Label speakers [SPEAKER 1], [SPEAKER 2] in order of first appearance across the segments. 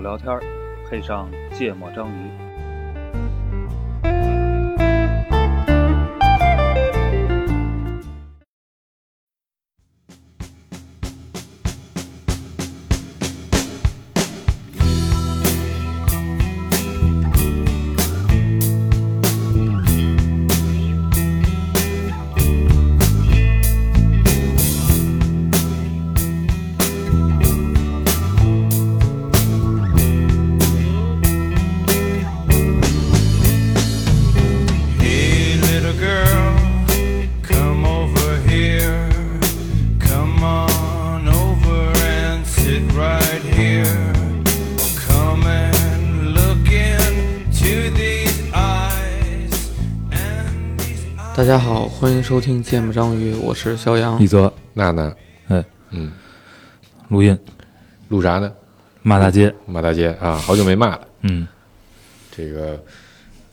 [SPEAKER 1] 聊天儿，配上芥末章鱼。
[SPEAKER 2] Hey, little girl, come over here. Come on over and sit right here. Come and look into these eyes. And these eyes.
[SPEAKER 3] 大家好，欢迎收听《芥末章鱼》，我是肖阳
[SPEAKER 4] 一。泽
[SPEAKER 5] 娜娜
[SPEAKER 4] 哎，嗯，录音
[SPEAKER 5] 录啥呢？
[SPEAKER 4] 骂大街，
[SPEAKER 5] 马大姐啊，好久没骂了。
[SPEAKER 4] 嗯，
[SPEAKER 5] 这个，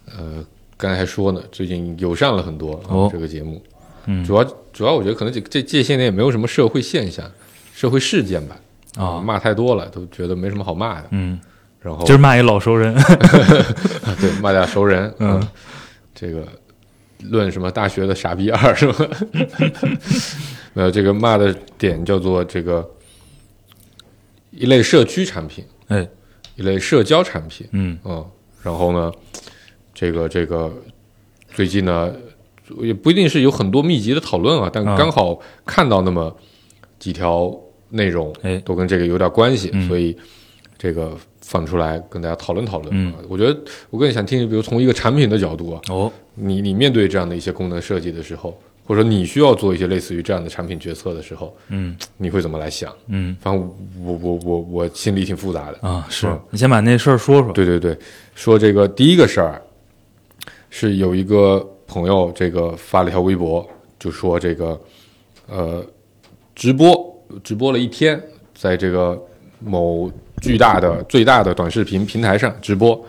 [SPEAKER 5] 呃，刚才还说呢，最近友善了很多、啊
[SPEAKER 4] 哦
[SPEAKER 5] 这个节目，
[SPEAKER 4] 嗯
[SPEAKER 5] 主要主要我觉得可能这这这些年也没有什么社会现象、社会事件吧，
[SPEAKER 4] 啊
[SPEAKER 5] 哦骂哦太多了，都觉得没什么好骂的。
[SPEAKER 4] 嗯，
[SPEAKER 5] 然后
[SPEAKER 4] 今儿骂一老熟人，
[SPEAKER 5] 对骂点熟人，
[SPEAKER 4] 嗯
[SPEAKER 5] 啊， 这个论什么大学的傻逼二是吧？ 没有这个骂的点叫做这个一类社区产品，
[SPEAKER 4] 哎，
[SPEAKER 5] 一类社交产品，
[SPEAKER 4] 嗯
[SPEAKER 5] 嗯，然后呢，这个这个最近呢，也不一定是有很多密集的讨论啊，但
[SPEAKER 4] 嗯
[SPEAKER 5] 刚好看到那么几条内容，
[SPEAKER 4] 哎
[SPEAKER 5] 都跟这个有点关系，
[SPEAKER 4] 嗯
[SPEAKER 5] 所以这个放出来跟大家讨论讨论。
[SPEAKER 4] 嗯
[SPEAKER 5] 啊我觉得我更想听，比如从一个产品的角度啊，
[SPEAKER 4] 哦，
[SPEAKER 5] 你你面对这样的一些功能设计的时候，或者说你需要做一些类似于这样的产品决策的时候，
[SPEAKER 4] 嗯
[SPEAKER 5] 你会怎么来想？
[SPEAKER 4] 嗯
[SPEAKER 5] 反正我我我我心里挺复杂的
[SPEAKER 4] 啊，是
[SPEAKER 5] 嗯
[SPEAKER 4] 你先把那事儿说说，
[SPEAKER 5] 对对对，说这个第一个事儿，是有一个朋友这个发了一条微博，就说这个呃直播直播了一天，在这个某巨大的最大的短视频平台上直播，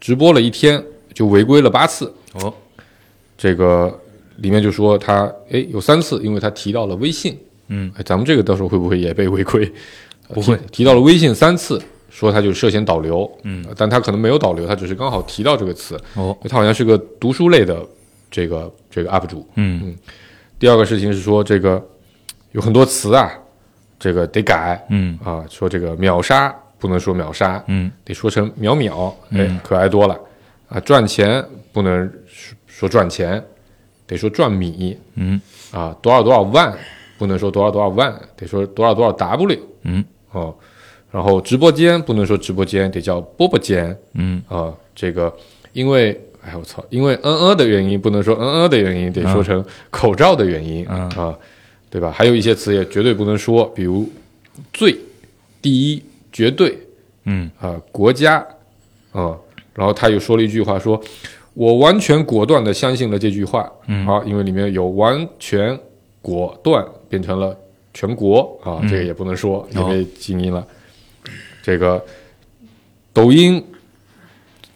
[SPEAKER 5] 直播了一天就违规了八次，
[SPEAKER 4] 哦，
[SPEAKER 5] 这个里面就说他诶有三次，因为他提到了微信，
[SPEAKER 4] 嗯
[SPEAKER 5] 哎，咱们这个到时候会不会也被违规？
[SPEAKER 4] 不会
[SPEAKER 5] 提提到了微信三次，说他就涉嫌导流，
[SPEAKER 4] 嗯
[SPEAKER 5] 呃，但他可能没有导流，他只是刚好提到这个词，
[SPEAKER 4] 哦，
[SPEAKER 5] 他好像是个读书类的这个这个 UP 主。
[SPEAKER 4] 嗯
[SPEAKER 5] 第二个事情是说这个有很多词啊，这个得改
[SPEAKER 4] 嗯
[SPEAKER 5] 啊，说这个秒杀不能说秒杀，
[SPEAKER 4] 嗯
[SPEAKER 5] 得说成秒秒，
[SPEAKER 4] 嗯
[SPEAKER 5] 哎，可爱多了啊，赚钱不能说说赚钱，得说赚米
[SPEAKER 4] 嗯
[SPEAKER 5] 啊，多少多少万不能说多少多少万，得说多少多少 W
[SPEAKER 4] 嗯
[SPEAKER 5] 哦，然后直播间不能说直播间，得叫波波间。
[SPEAKER 4] 嗯，
[SPEAKER 5] 啊，这个因为哎我操，因为嗯嗯的原因不能说嗯嗯的原因，得说成口罩的原因、
[SPEAKER 4] 嗯
[SPEAKER 5] 啊，对吧？还有一些词也绝对不能说，比如最、第一、绝对
[SPEAKER 4] 嗯
[SPEAKER 5] 啊、国家啊。然后他又说了一句话说，我完全果断的相信了这句话、
[SPEAKER 4] 嗯
[SPEAKER 5] 啊，因为里面有完全果断变成了全国啊，
[SPEAKER 4] 嗯
[SPEAKER 5] 这个也不能说，
[SPEAKER 4] 哦
[SPEAKER 5] 因为静音了。这个抖音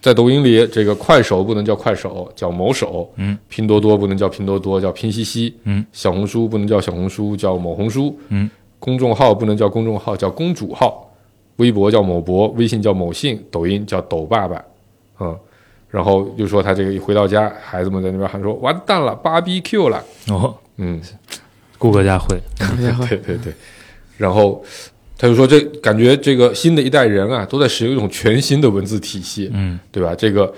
[SPEAKER 5] 在抖音里，这个快手不能叫快手，叫某手；
[SPEAKER 4] 嗯，
[SPEAKER 5] 拼多多不能叫拼多多，叫拼夕夕；
[SPEAKER 4] 嗯，
[SPEAKER 5] 小红书不能叫小红书，叫某红书；
[SPEAKER 4] 嗯，
[SPEAKER 5] 公众号不能叫公众号，叫公主号；微博叫某博，微信叫某信，抖音叫抖爸爸。嗯，然后又说他这个一回到家，孩子们在那边喊说：“完蛋了，BBQ 了。
[SPEAKER 4] 哦，”
[SPEAKER 5] 嗯，
[SPEAKER 4] 顾客家会，
[SPEAKER 3] 大家 好
[SPEAKER 5] 对对对。然后他就说这感觉这个新的一代人啊，都在使用一种全新的文字体系。
[SPEAKER 4] 嗯
[SPEAKER 5] 对吧？这个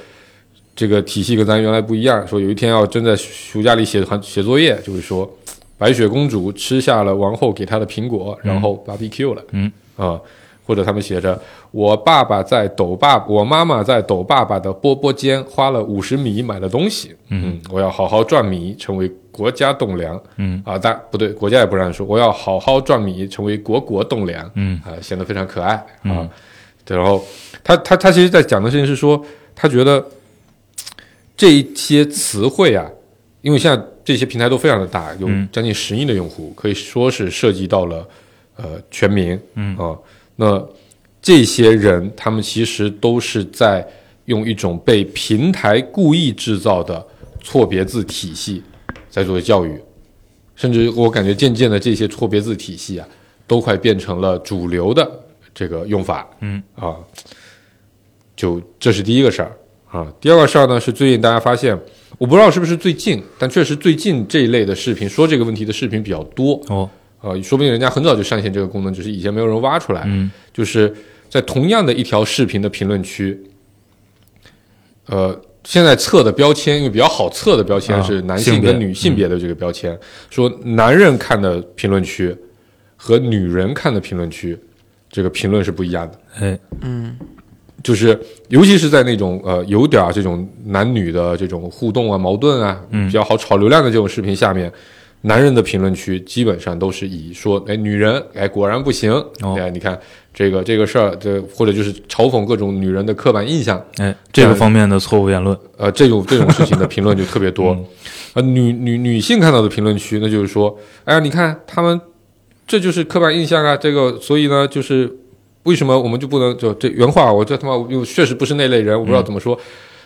[SPEAKER 5] 这个体系跟咱原来不一样。说有一天要真在暑假里写写作业，就会说白雪公主吃下了王后给她的苹果，然后 barbecue 了。
[SPEAKER 4] 嗯
[SPEAKER 5] 啊、或者他们写着我爸爸在抖爸，我妈妈在抖爸爸的波波间花了五十米买了东西。嗯，我要好好赚米，成为国家栋梁。
[SPEAKER 4] 嗯
[SPEAKER 5] 啊，但不对，国家也不让说，我要好好赚米，成为国国栋梁。
[SPEAKER 4] 嗯
[SPEAKER 5] 啊、显得非常可爱啊。对，然后他他他其实，在讲的事情是说，他觉得这一些词汇啊，因为现在这些平台都非常的大，有
[SPEAKER 4] 嗯
[SPEAKER 5] 将近十亿的用户，可以说是涉及到了呃全民。
[SPEAKER 4] 嗯
[SPEAKER 5] 啊、那这些人他们其实都是在用一种被平台故意制造的错别字体系在做教育，甚至我感觉渐渐的这些错别字体系啊，都快变成了主流的这个用法。
[SPEAKER 4] 嗯
[SPEAKER 5] 啊，就这是第一个事儿啊。第二个事儿呢是最近大家发现，我不知道是不是最近，但确实最近这一类的视频说这个问题的视频比较多。
[SPEAKER 4] 哦，
[SPEAKER 5] 呃，说不定人家很早就上线这个功能，只是以前没有人挖出来。
[SPEAKER 4] 嗯，
[SPEAKER 5] 就是在同样的一条视频的评论区，呃，现在测的标签，因为比较好测的标签
[SPEAKER 4] 啊
[SPEAKER 5] 是男
[SPEAKER 4] 性
[SPEAKER 5] 性
[SPEAKER 4] 别嗯
[SPEAKER 5] 跟女性别的这个标签，说男人看的评论区和女人看的评论区，这个评论是不一样的。
[SPEAKER 4] 哎，
[SPEAKER 3] 嗯
[SPEAKER 5] 就是尤其是在那种呃有点儿这种男女的这种互动啊、矛盾啊，
[SPEAKER 4] 嗯
[SPEAKER 5] 比较好炒流量的这种视频下面，男人的评论区基本上都是以说，哎，女人，哎，果然不行，
[SPEAKER 4] 哦
[SPEAKER 5] 哎，你看这个这个事儿，这或者就是嘲讽各种女人的刻板印象，
[SPEAKER 4] 哎，这个方面的错误言论，
[SPEAKER 5] 呃，这种这种 事情的评论就特别多。
[SPEAKER 4] 嗯
[SPEAKER 5] 呃，女女女性看到的评论区，那就是说，哎呀，你看他们，这就是刻板印象啊，这个，所以呢，就是为什么我们就不能就这原话，我这他妈我又确实不是那类人，我不知
[SPEAKER 4] 嗯
[SPEAKER 5] 道怎么说，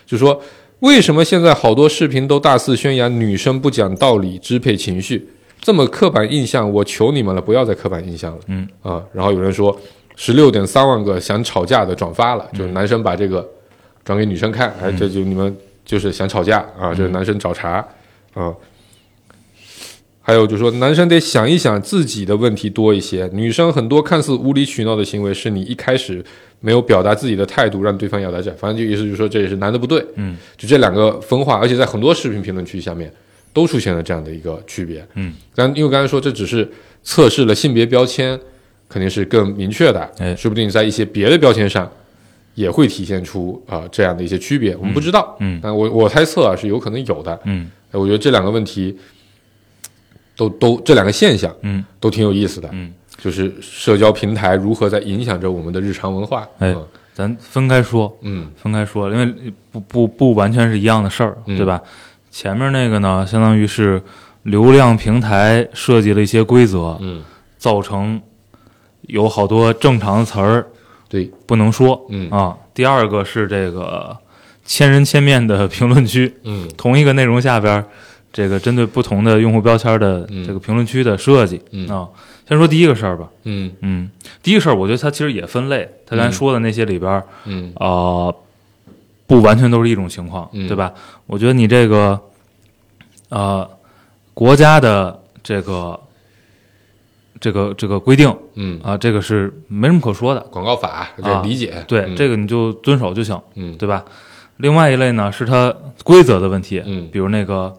[SPEAKER 5] 就说为什么现在好多视频都大肆宣扬女生不讲道理、支配情绪，这么刻板印象，我求你们了，不要再刻板印象了，
[SPEAKER 4] 嗯
[SPEAKER 5] 啊、然后有人说，十六点三万个想吵架的转发了，
[SPEAKER 4] 嗯
[SPEAKER 5] 就是男生把这个转给女生看，哎，这就你们就是想吵架啊，
[SPEAKER 4] 嗯
[SPEAKER 5] 这是男生找茬啊。还有就是说，男生得想一想自己的问题多一些，女生很多看似无理取闹的行为，是你一开始没有表达自己的态度，让对方要来这，反正就意思就是说这也是男的不对，
[SPEAKER 4] 嗯，
[SPEAKER 5] 就这两个分化，而且在很多视频评论区下面都出现了这样的一个区别，
[SPEAKER 4] 嗯，
[SPEAKER 5] 但因为刚才说这只是测试了性别标签，肯定是更明确的，
[SPEAKER 4] 哎
[SPEAKER 5] 说不定在一些别的标签上也会体现出啊、这样的一些区别，我们不知道，
[SPEAKER 4] 嗯
[SPEAKER 5] 但我我猜测啊是有可能有的，
[SPEAKER 4] 嗯
[SPEAKER 5] 哎，我觉得这两个问题都都这两个现象
[SPEAKER 4] 嗯，
[SPEAKER 5] 都挺有意思的，
[SPEAKER 4] 嗯，
[SPEAKER 5] 就是社交平台如何在影响着我们的日常文化，
[SPEAKER 4] 哎
[SPEAKER 5] 嗯
[SPEAKER 4] 咱分开说，
[SPEAKER 5] 嗯
[SPEAKER 4] 分开说，因为不不不完全是一样的事儿，
[SPEAKER 5] 嗯
[SPEAKER 4] 对吧？前面那个呢，相当于是流量平台设计了一些规则，
[SPEAKER 5] 嗯，
[SPEAKER 4] 造成有好多正常词儿
[SPEAKER 5] 对，
[SPEAKER 4] 不能说
[SPEAKER 5] 嗯
[SPEAKER 4] 啊。第二个是这个千人千面的评论区，
[SPEAKER 5] 嗯
[SPEAKER 4] 同一个内容下边儿，这个针对不同的用户标签的
[SPEAKER 5] 嗯
[SPEAKER 4] 这个评论区的设计
[SPEAKER 5] 嗯
[SPEAKER 4] 啊。先说第一个事儿吧，
[SPEAKER 5] 嗯
[SPEAKER 4] 嗯，第一个事儿，我觉得它其实也分类，他刚才
[SPEAKER 5] 嗯
[SPEAKER 4] 说的那些里边儿。
[SPEAKER 5] 嗯
[SPEAKER 4] 呃，不完全都是一种情况，
[SPEAKER 5] 嗯
[SPEAKER 4] 对吧？我觉得你这个呃国家的这个这个这个规定
[SPEAKER 5] 嗯，
[SPEAKER 4] 啊、这个是没什么可说的，
[SPEAKER 5] 广告法这
[SPEAKER 4] 啊
[SPEAKER 5] 理解，
[SPEAKER 4] 对、
[SPEAKER 5] 嗯
[SPEAKER 4] 这个你就遵守就行，
[SPEAKER 5] 嗯
[SPEAKER 4] 对吧？另外一类呢是它规则的问题，
[SPEAKER 5] 嗯
[SPEAKER 4] 比如那个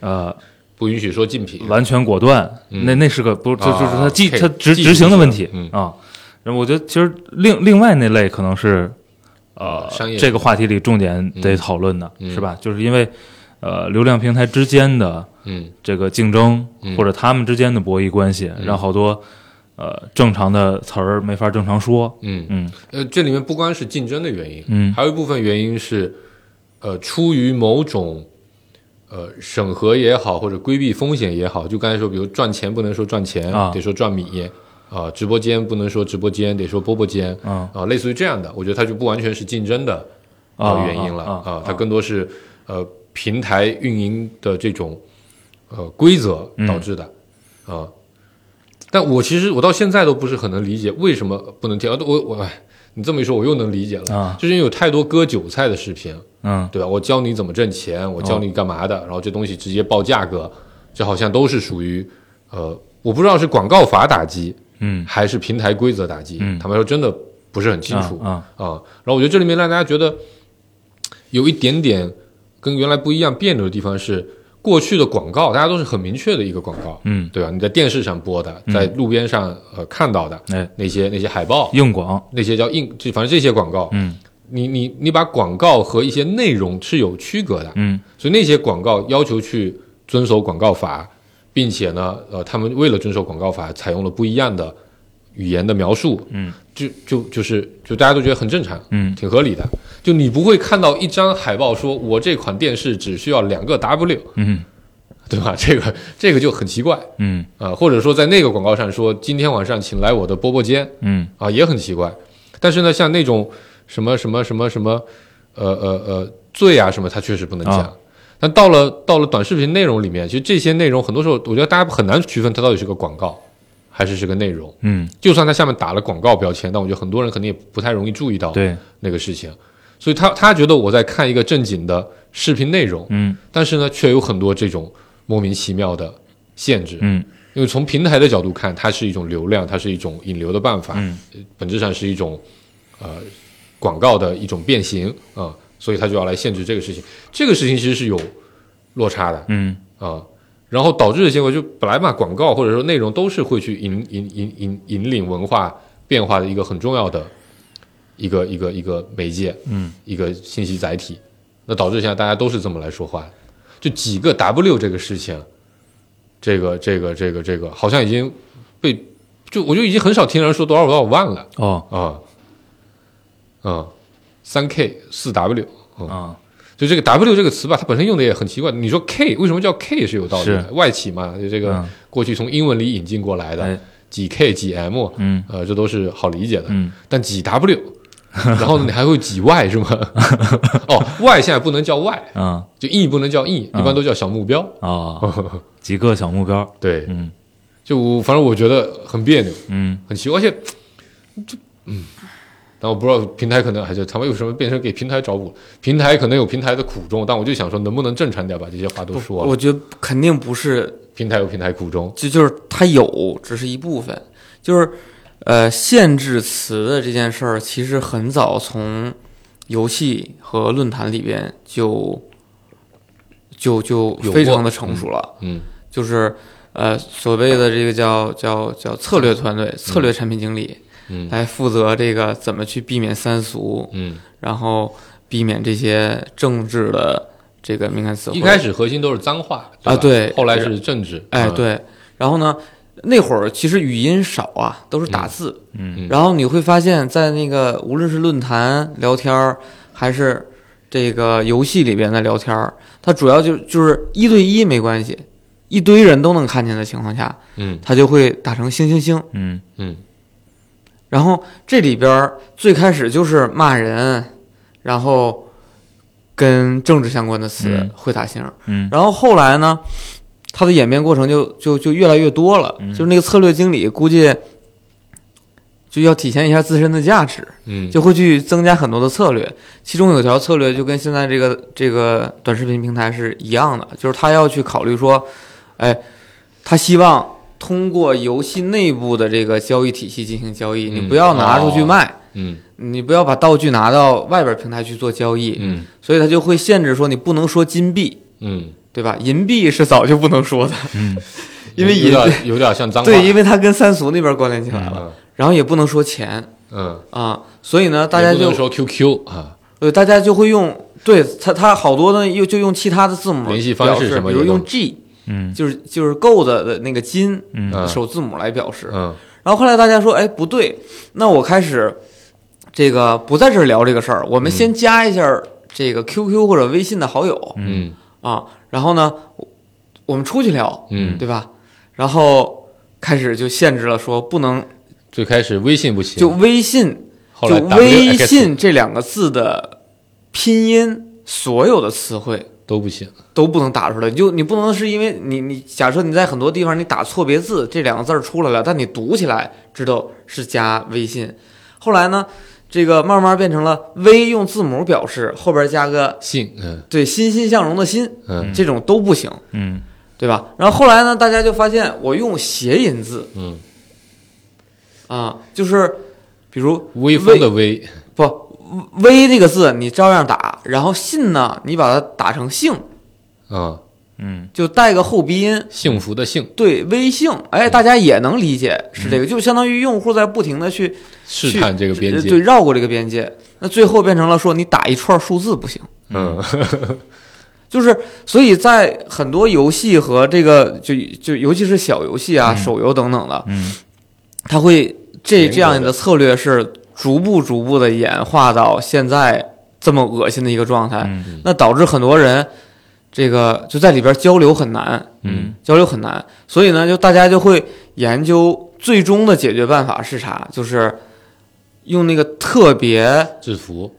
[SPEAKER 4] 呃
[SPEAKER 5] 不允许说竞品，
[SPEAKER 4] 完全果断，
[SPEAKER 5] 嗯
[SPEAKER 4] 那那是个不是，就
[SPEAKER 5] 啊
[SPEAKER 4] 就是他记
[SPEAKER 5] 配
[SPEAKER 4] 他执
[SPEAKER 5] 技术
[SPEAKER 4] 执行的
[SPEAKER 5] 性
[SPEAKER 4] 问题
[SPEAKER 5] 嗯
[SPEAKER 4] 啊。然后我觉得其实另另外那类可能是呃
[SPEAKER 5] 商业
[SPEAKER 4] 这个话题里重点得讨论的
[SPEAKER 5] 嗯
[SPEAKER 4] 是吧？就是因为呃流量平台之间的
[SPEAKER 5] 嗯
[SPEAKER 4] 这个竞争
[SPEAKER 5] 嗯
[SPEAKER 4] 或者他们之间的博弈关系，让好多呃正常的词儿没法正常说。
[SPEAKER 5] 嗯，
[SPEAKER 4] 嗯
[SPEAKER 5] 呃，这里面不光是竞争的原因，
[SPEAKER 4] 嗯
[SPEAKER 5] 还有一部分原因是，呃，出于某种呃审核也好，或者规避风险也好，就刚才说，比如赚钱不能说赚钱，
[SPEAKER 4] 啊
[SPEAKER 5] 得说赚米啊、直播间不能说直播间，得说波波间啊、
[SPEAKER 4] 嗯
[SPEAKER 5] 类似于这样的，我觉得它就不完全是竞争的呃
[SPEAKER 4] 啊
[SPEAKER 5] 原因了
[SPEAKER 4] 啊啊
[SPEAKER 5] 它更多是呃平台运营的这种呃规则
[SPEAKER 4] 嗯
[SPEAKER 5] 导致的啊、但我其实我到现在都不是很能理解为什么不能跳，我我哎你这么一说我又能理解了，
[SPEAKER 4] 啊
[SPEAKER 5] 就是因为有太多割韭菜的视频，
[SPEAKER 4] 嗯
[SPEAKER 5] 对吧？我教你怎么挣钱，我
[SPEAKER 4] 哦
[SPEAKER 5] 教你干嘛的，然后这东西直接报价格，这好像都是属于呃，我不知道是广告法打击
[SPEAKER 4] 嗯
[SPEAKER 5] 还是平台规则打击，
[SPEAKER 4] 嗯
[SPEAKER 5] 坦白说真的不是很清楚
[SPEAKER 4] 啊
[SPEAKER 5] 啊然后我觉得这里面让大家觉得有一点点跟原来不一样别扭的地方是，过去的广告大家都是很明确的一个广告，
[SPEAKER 4] 嗯
[SPEAKER 5] 对吧？你在电视上播的，在路边上呃看到的
[SPEAKER 4] 哎
[SPEAKER 5] 那些那些海报，
[SPEAKER 4] 硬广
[SPEAKER 5] 那些叫硬，就反正这些广告，
[SPEAKER 4] 嗯
[SPEAKER 5] 你你你把广告和一些内容是有区隔的，
[SPEAKER 4] 嗯
[SPEAKER 5] 所以那些广告要求去遵守广告法，并且呢，呃，他们为了遵守广告法，采用了不一样的语言的描述，
[SPEAKER 4] 嗯，
[SPEAKER 5] 就就就是就大家都觉得很正常，
[SPEAKER 4] 嗯
[SPEAKER 5] 挺合理的。就你不会看到一张海报说我这款电视只需要两个 W，
[SPEAKER 4] 嗯
[SPEAKER 5] 对吧？这个这个就很奇怪
[SPEAKER 4] 嗯
[SPEAKER 5] 啊、或者说在那个广告上说今天晚上请来我的波波间，
[SPEAKER 4] 嗯
[SPEAKER 5] 啊，也很奇怪。但是呢，像那种什么什么什么什么，呃呃呃，罪啊什么，它确实不能讲。
[SPEAKER 4] 啊
[SPEAKER 5] 但到了到了短视频内容里面，其实这些内容很多时候，我觉得大家很难区分它到底是个广告，还是是个内容。
[SPEAKER 4] 嗯，
[SPEAKER 5] 就算它下面打了广告标签，但我觉得很多人肯定也不太容易注意到
[SPEAKER 4] 对，
[SPEAKER 5] 那个事情。所以他他觉得我在看一个正经的视频内容，
[SPEAKER 4] 嗯
[SPEAKER 5] 但是呢，却有很多这种莫名其妙的限制。
[SPEAKER 4] 嗯
[SPEAKER 5] 因为从平台的角度看，它是一种流量，它是一种引流的办法，
[SPEAKER 4] 嗯
[SPEAKER 5] 呃本质上是一种呃广告的一种变形啊、所以它就要来限制这个事情。这个事情其实是有落差的啊、
[SPEAKER 4] 嗯
[SPEAKER 5] 然后导致的结果就本来嘛，广告或者说内容都是会去引引引引引领文化变化的一个很重要的一个一个一个媒介，
[SPEAKER 4] 嗯，
[SPEAKER 5] 一个信息载体。那导致现在大家都是这么来说话的，就几个 W 这个事情，这个这个这个这个，好像已经被就我就已经很少听人说多少多少万了
[SPEAKER 4] 哦
[SPEAKER 5] 啊，啊，三 K 四 W，嗯
[SPEAKER 4] 啊
[SPEAKER 5] 就这个 W 这个词吧，它本身用的也很奇怪。你说 K 为什么叫 K 是有道理的，
[SPEAKER 4] 是
[SPEAKER 5] 外企嘛，就这个
[SPEAKER 4] 嗯
[SPEAKER 5] 过去从英文里引进过来的
[SPEAKER 4] 哎，
[SPEAKER 5] 几 K 几 M，
[SPEAKER 4] 嗯
[SPEAKER 5] 呃，这都是好理解的。
[SPEAKER 4] 嗯
[SPEAKER 5] 但几 W，然后你还会几 Y 是吗？哦，Y 现在不能叫 Y，
[SPEAKER 4] 啊
[SPEAKER 5] 就 E 不能叫 E，一般
[SPEAKER 4] 嗯
[SPEAKER 5] 都叫小目标。
[SPEAKER 4] 哦，几个小目标，
[SPEAKER 5] 对，
[SPEAKER 4] 嗯
[SPEAKER 5] 就我反正我觉得很别扭，
[SPEAKER 4] 嗯
[SPEAKER 5] 很奇怪，而且就嗯，但我不知道平台可能还是他们为什么变成给平台找补，平台可能有平台的苦衷，但我就想说能不能正常点把这些话都说了
[SPEAKER 3] 我。觉得肯定不是，
[SPEAKER 5] 平台有平台苦衷，
[SPEAKER 3] 就就是它有，只是一部分，就是呃，限制词的这件事儿，其实很早从游戏和论坛里边就就就
[SPEAKER 5] 有
[SPEAKER 3] 非
[SPEAKER 5] 过
[SPEAKER 3] 常的成熟了。
[SPEAKER 5] 嗯
[SPEAKER 3] 就是呃所谓的这个叫叫叫策略团队、策略产品经理、
[SPEAKER 5] 嗯
[SPEAKER 3] 来负责这个怎么去避免三俗，
[SPEAKER 5] 嗯，
[SPEAKER 3] 然后避免这些政治的这个敏感词汇。
[SPEAKER 5] 一开始核心都是脏话
[SPEAKER 3] 啊
[SPEAKER 5] 对
[SPEAKER 3] 对
[SPEAKER 5] 吧，后来是政治，
[SPEAKER 3] 哎
[SPEAKER 5] 嗯，
[SPEAKER 3] 对，然后呢？那会儿其实语音少啊，都是打字。
[SPEAKER 4] 嗯
[SPEAKER 5] 嗯
[SPEAKER 3] 然后你会发现在那个无论是论坛聊天儿，还是这个游戏里边的聊天儿，它主要就就是一对一没关系，一堆人都能看见的情况下，
[SPEAKER 5] 嗯
[SPEAKER 3] 它就会打成星星星。
[SPEAKER 4] 嗯
[SPEAKER 5] 嗯
[SPEAKER 3] 然后这里边儿最开始就是骂人，然后跟政治相关的词
[SPEAKER 4] 嗯
[SPEAKER 3] 会打星，
[SPEAKER 4] 嗯
[SPEAKER 3] 然后后来呢，它的演变过程就就就越来越多了，
[SPEAKER 4] 嗯
[SPEAKER 3] 就是那个策略经理估计就要体现一下自身的价值，
[SPEAKER 5] 嗯，
[SPEAKER 3] 就会去增加很多的策略，其中有条策略就跟现在这个这个短视频平台是一样的，就是他要去考虑说，哎，他希望通过游戏内部的这个交易体系进行交易，
[SPEAKER 5] 嗯
[SPEAKER 3] 你不要拿出去卖，
[SPEAKER 5] 嗯
[SPEAKER 3] 你不要把道具拿到外边平台去做交易，
[SPEAKER 5] 嗯
[SPEAKER 3] 所以他就会限制说你不能说金币，
[SPEAKER 5] 嗯，
[SPEAKER 3] 对吧？银币是早就不能说的，
[SPEAKER 4] 嗯
[SPEAKER 3] 因为
[SPEAKER 5] 有
[SPEAKER 3] 银
[SPEAKER 5] 点有点像脏话，
[SPEAKER 3] 对，因为它跟三俗那边关联起来了，
[SPEAKER 5] 嗯
[SPEAKER 3] 然后也不能说钱
[SPEAKER 5] 嗯，
[SPEAKER 3] 啊，所以呢，大家
[SPEAKER 5] 也不
[SPEAKER 3] 就
[SPEAKER 5] 能说 QQ 啊，
[SPEAKER 3] 对，大家就会用，对他他好多呢，又就用其他的字母
[SPEAKER 5] 联系方式
[SPEAKER 3] 表示
[SPEAKER 5] 什么
[SPEAKER 3] 比如
[SPEAKER 5] 也都
[SPEAKER 3] 用 G，
[SPEAKER 4] 嗯
[SPEAKER 3] 就是就是 Gold 的那个金、
[SPEAKER 4] 嗯
[SPEAKER 3] 首字母来表示。
[SPEAKER 5] 嗯
[SPEAKER 3] 然后后来大家说，哎，不对，那我开始这个不在这儿聊这个事儿，我们先加一下这个 QQ 或者微信的好友、
[SPEAKER 5] 嗯
[SPEAKER 3] 啊，然后呢，我们出去聊，
[SPEAKER 5] 嗯，
[SPEAKER 3] 对吧？然后开始就限制了，说不能
[SPEAKER 5] 最开始微信不行，
[SPEAKER 3] 就微信
[SPEAKER 5] 后
[SPEAKER 3] 就
[SPEAKER 5] 来哎 WX
[SPEAKER 3] 微信这两个字的拼音，所有的词汇
[SPEAKER 5] 都不行，
[SPEAKER 3] 都不能打出来。你就你不能是因为你你假设你在很多地方你打错别字，这两个字儿出来了，但你读起来知道是加微信。后来呢，这个慢慢变成了微用字母表示，后边加个
[SPEAKER 5] 信，嗯
[SPEAKER 3] 对欣欣向荣的欣，
[SPEAKER 5] 嗯
[SPEAKER 3] 这种都不行，
[SPEAKER 4] 嗯
[SPEAKER 3] 对吧？然后后来呢，大家就发现我用谐音字
[SPEAKER 5] 嗯，
[SPEAKER 3] 啊、就是比如
[SPEAKER 5] 微风的微，
[SPEAKER 3] 不微这个字你照样打，然后信呢，你把它打成姓，
[SPEAKER 5] 啊，
[SPEAKER 4] 嗯
[SPEAKER 3] 就带个后鼻音。
[SPEAKER 5] 幸福的幸，
[SPEAKER 3] 对微信，哎，大家也能理解是这个，就相当于用户在不停的去
[SPEAKER 5] 嗯试探这个边
[SPEAKER 3] 对，
[SPEAKER 5] 界，
[SPEAKER 3] 绕过这个边界，那最后变成了说你打一串数字不行，
[SPEAKER 5] 嗯
[SPEAKER 3] 就是所以在很多游戏和这个就就尤其是小游戏啊、手游等等的，
[SPEAKER 4] 嗯
[SPEAKER 3] 它会这
[SPEAKER 5] 严格的
[SPEAKER 3] 这样的策略是逐步逐步的演化到现在这么恶心的一个状态，
[SPEAKER 4] 嗯
[SPEAKER 3] 那导致很多人这个就在里边交流很难，
[SPEAKER 4] 嗯
[SPEAKER 3] 交流很难，所以呢，就大家就会研究最终的解决办法是啥，就是用那个特别
[SPEAKER 5] 制服，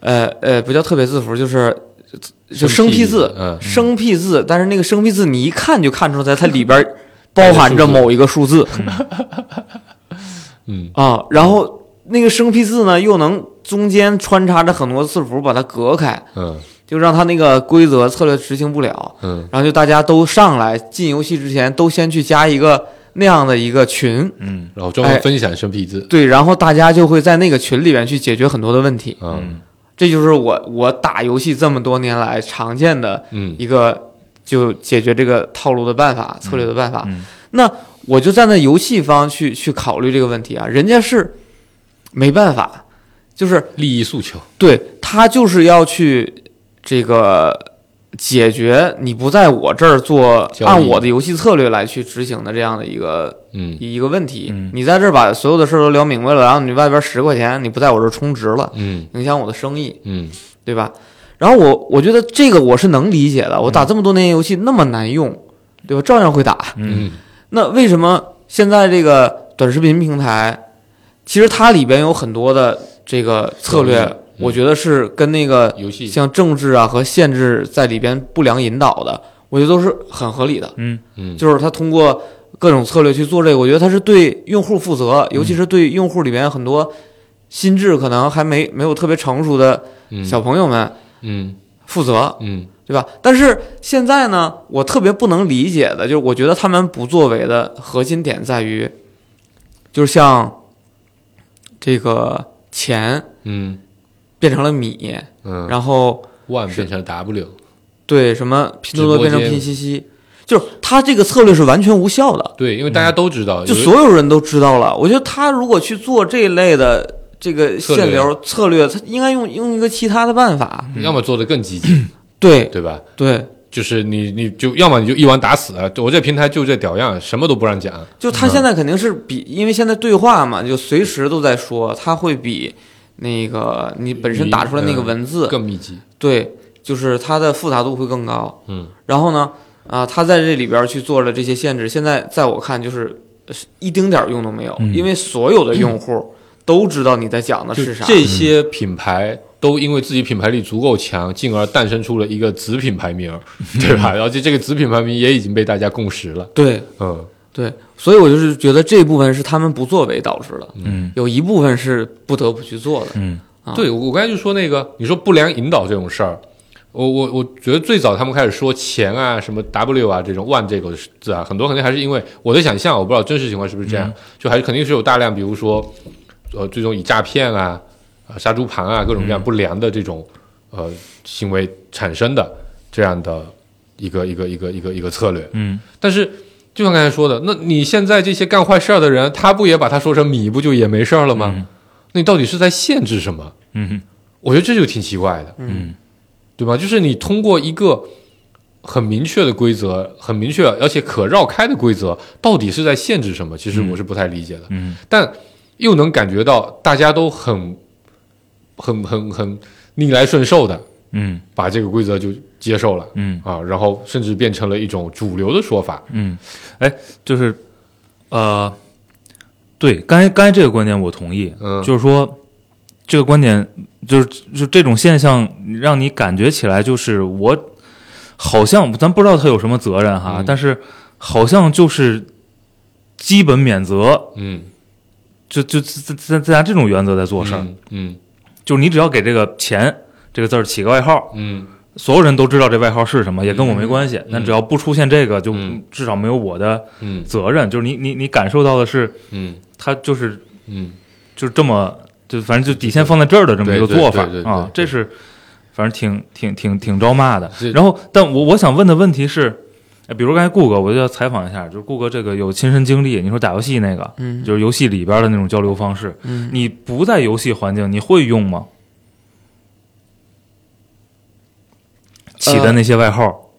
[SPEAKER 3] 呃呃不叫特别字符，就是就生僻字，
[SPEAKER 5] 嗯
[SPEAKER 3] 生僻字，但是那个生僻字你一看就看出来它里边包含着某一个数字
[SPEAKER 5] 嗯，
[SPEAKER 3] 啊，然后那个生僻字呢又能中间穿插着很多字符把它隔开，
[SPEAKER 5] 嗯
[SPEAKER 3] 就让它那个规则策略执行不了。
[SPEAKER 5] 嗯
[SPEAKER 3] 然后就大家都上来进游戏之前都先去加一个那样的一个群，
[SPEAKER 4] 嗯
[SPEAKER 5] 然后专门分享生僻字，
[SPEAKER 3] 对，然后大家就会在那个群里面去解决很多的问题。
[SPEAKER 5] 嗯
[SPEAKER 3] 这就是我我打游戏这么多年来常见的
[SPEAKER 5] 嗯
[SPEAKER 3] 一个就解决这个套路的办法、策略的办法。
[SPEAKER 4] 嗯
[SPEAKER 3] 那我就站在游戏方去去考虑这个问题啊，人家是没办法，就是
[SPEAKER 5] 利益诉求，
[SPEAKER 3] 对他就是要去这个解决你不在我这儿做
[SPEAKER 5] 交易
[SPEAKER 3] 按我的游戏策略来去执行的这样的一个
[SPEAKER 5] 嗯
[SPEAKER 3] 一个问题。
[SPEAKER 4] 嗯
[SPEAKER 3] 你在这儿把所有的事儿都聊明白了，然后你外边十块钱你不在我这儿充值了，
[SPEAKER 5] 嗯
[SPEAKER 3] 影响我的生意。
[SPEAKER 5] 嗯
[SPEAKER 3] 对吧？然后我我觉得这个我是能理解的，我打这么多年游戏那么难用，对吧？照样会打。
[SPEAKER 4] 嗯
[SPEAKER 5] 嗯
[SPEAKER 3] 那为什么现在这个短视频平台，其实它里边有很多的这个策略，
[SPEAKER 5] 嗯
[SPEAKER 3] 我觉得是跟那个
[SPEAKER 5] 游戏
[SPEAKER 3] 像政治啊和限制在里边不良引导的，我觉得都是很合理的。
[SPEAKER 4] 嗯
[SPEAKER 5] 嗯
[SPEAKER 3] 就是它通过各种策略去做这个，我觉得它是对用户负责，尤
[SPEAKER 5] 嗯
[SPEAKER 3] 其是对用户里边很多心智可能还没没有特别成熟的
[SPEAKER 5] 嗯
[SPEAKER 3] 小朋友们
[SPEAKER 5] 嗯
[SPEAKER 3] 负责，
[SPEAKER 5] 嗯
[SPEAKER 3] 对吧？但是现在呢，我特别不能理解的就是，我觉得他们不作为的核心点在于，就是像这个钱
[SPEAKER 5] 嗯
[SPEAKER 3] 变成了米，
[SPEAKER 5] 嗯
[SPEAKER 3] 然后
[SPEAKER 5] ，one
[SPEAKER 3] 是
[SPEAKER 5] 变成 W，
[SPEAKER 3] 对什么拼多多变成
[SPEAKER 5] 直播
[SPEAKER 3] 拼
[SPEAKER 5] 间
[SPEAKER 3] 夕夕，就是他这个策略是完全无效的，
[SPEAKER 5] 对，因为大家都知道，
[SPEAKER 3] 嗯就
[SPEAKER 5] 哦有一
[SPEAKER 3] 所有人都知道了。我觉得他如果去做这一类的这个
[SPEAKER 5] 策略
[SPEAKER 3] 限流策略，他应该用用一个其他的办法。
[SPEAKER 5] 嗯要么做的更 积极，
[SPEAKER 3] 对
[SPEAKER 5] 对吧？
[SPEAKER 3] 对，
[SPEAKER 5] 就是你你就要么你就一网打死，就我这平台就这屌样，什么都不让讲，
[SPEAKER 3] 就他现在肯定是比，因为现在对话嘛，就随时都在说，他会比那个你本身打出来那
[SPEAKER 5] 嗯
[SPEAKER 3] 个文字，
[SPEAKER 5] 更密集，
[SPEAKER 3] 对，就是它的复杂度会更高。
[SPEAKER 5] 嗯
[SPEAKER 3] 然后呢，啊、他在这里边去做了这些限制，现在在我看就是呃一丁点儿用都没有，
[SPEAKER 4] 嗯
[SPEAKER 3] 因为所有的用户都知道你在讲的
[SPEAKER 5] 就是
[SPEAKER 3] 啊啥。
[SPEAKER 5] 这些品牌都因为自己品牌力足够强，进而诞生出了一个子品牌名儿，对吧？然后就这个子品牌名也已经被大家共识了，
[SPEAKER 3] 对
[SPEAKER 5] 嗯
[SPEAKER 3] 对，所以我就是觉得这部分是他们不作为导致的，
[SPEAKER 4] 嗯
[SPEAKER 3] 有一部分是不得不去做的。
[SPEAKER 4] 嗯
[SPEAKER 3] 啊
[SPEAKER 5] 对，我我刚才就说那个，你说不良引导这种事儿，我我我觉得最早他们开始说钱啊、什么 W 啊这种 one 这个字啊，很多肯定还是因为我的想象，我不知道真实情况是不是这样，就还是肯定是有大量，比如说呃，最终以诈骗啊、呃、杀猪盘啊各种各样不良的这种、呃行为产生的这样的一个一个一个一个一个策略。
[SPEAKER 4] 嗯
[SPEAKER 5] 但是就像刚才说的，那你现在这些干坏事儿的人，他不也把他说成米，不就也没事儿了吗？
[SPEAKER 4] 嗯
[SPEAKER 5] 那你到底是在限制什么？
[SPEAKER 4] 嗯
[SPEAKER 5] 我觉得这就挺奇怪的，
[SPEAKER 4] 嗯
[SPEAKER 5] 对吧？就是你通过一个很明确的规则，很明确而且可绕开的规则，到底是在限制什么？其实我是不太理解的，
[SPEAKER 4] 嗯
[SPEAKER 5] 但又能感觉到大家都很、很、很、很逆来顺受的
[SPEAKER 4] 嗯
[SPEAKER 5] 把这个规则就接受了
[SPEAKER 4] 嗯
[SPEAKER 5] 啊，然后甚至变成了一种主流的说法。
[SPEAKER 4] 嗯，哎，就是呃，对，刚才刚才这个观点我同意，
[SPEAKER 5] 嗯，
[SPEAKER 4] 就是说这个观点就是就这种现象让你感觉起来就是我好像咱不知道他有什么责任哈，
[SPEAKER 5] 嗯
[SPEAKER 4] 但是好像就是基本免责，
[SPEAKER 5] 嗯，
[SPEAKER 4] 就就在在在拿这种原则在做事儿，
[SPEAKER 5] 嗯
[SPEAKER 4] 就是你只要给这个钱这个字儿起个外号，
[SPEAKER 5] 嗯
[SPEAKER 4] 所有人都知道这外号是什么，也跟我没关系，但只要不出现这个，就
[SPEAKER 5] 嗯
[SPEAKER 4] 至少没有我的
[SPEAKER 5] 嗯
[SPEAKER 4] 责任，就是你你你感受到的是
[SPEAKER 5] 嗯
[SPEAKER 4] 他就是
[SPEAKER 5] 嗯
[SPEAKER 4] 就是这么，就反正就底线放在这儿的这么一个做法
[SPEAKER 5] 对对对对对
[SPEAKER 4] 啊
[SPEAKER 5] 对，
[SPEAKER 4] 这是反正挺挺挺挺招骂的
[SPEAKER 5] 是。
[SPEAKER 4] 然后，但我我想问的问题是，呃比如刚才顾哥，我就要采访一下，就是顾哥这个有亲身经历，你说打游戏那个，
[SPEAKER 3] 嗯
[SPEAKER 4] 就是游戏里边的那种交流方式，
[SPEAKER 3] 嗯，
[SPEAKER 4] 你不在游戏环境，你会用吗？起的那些外号，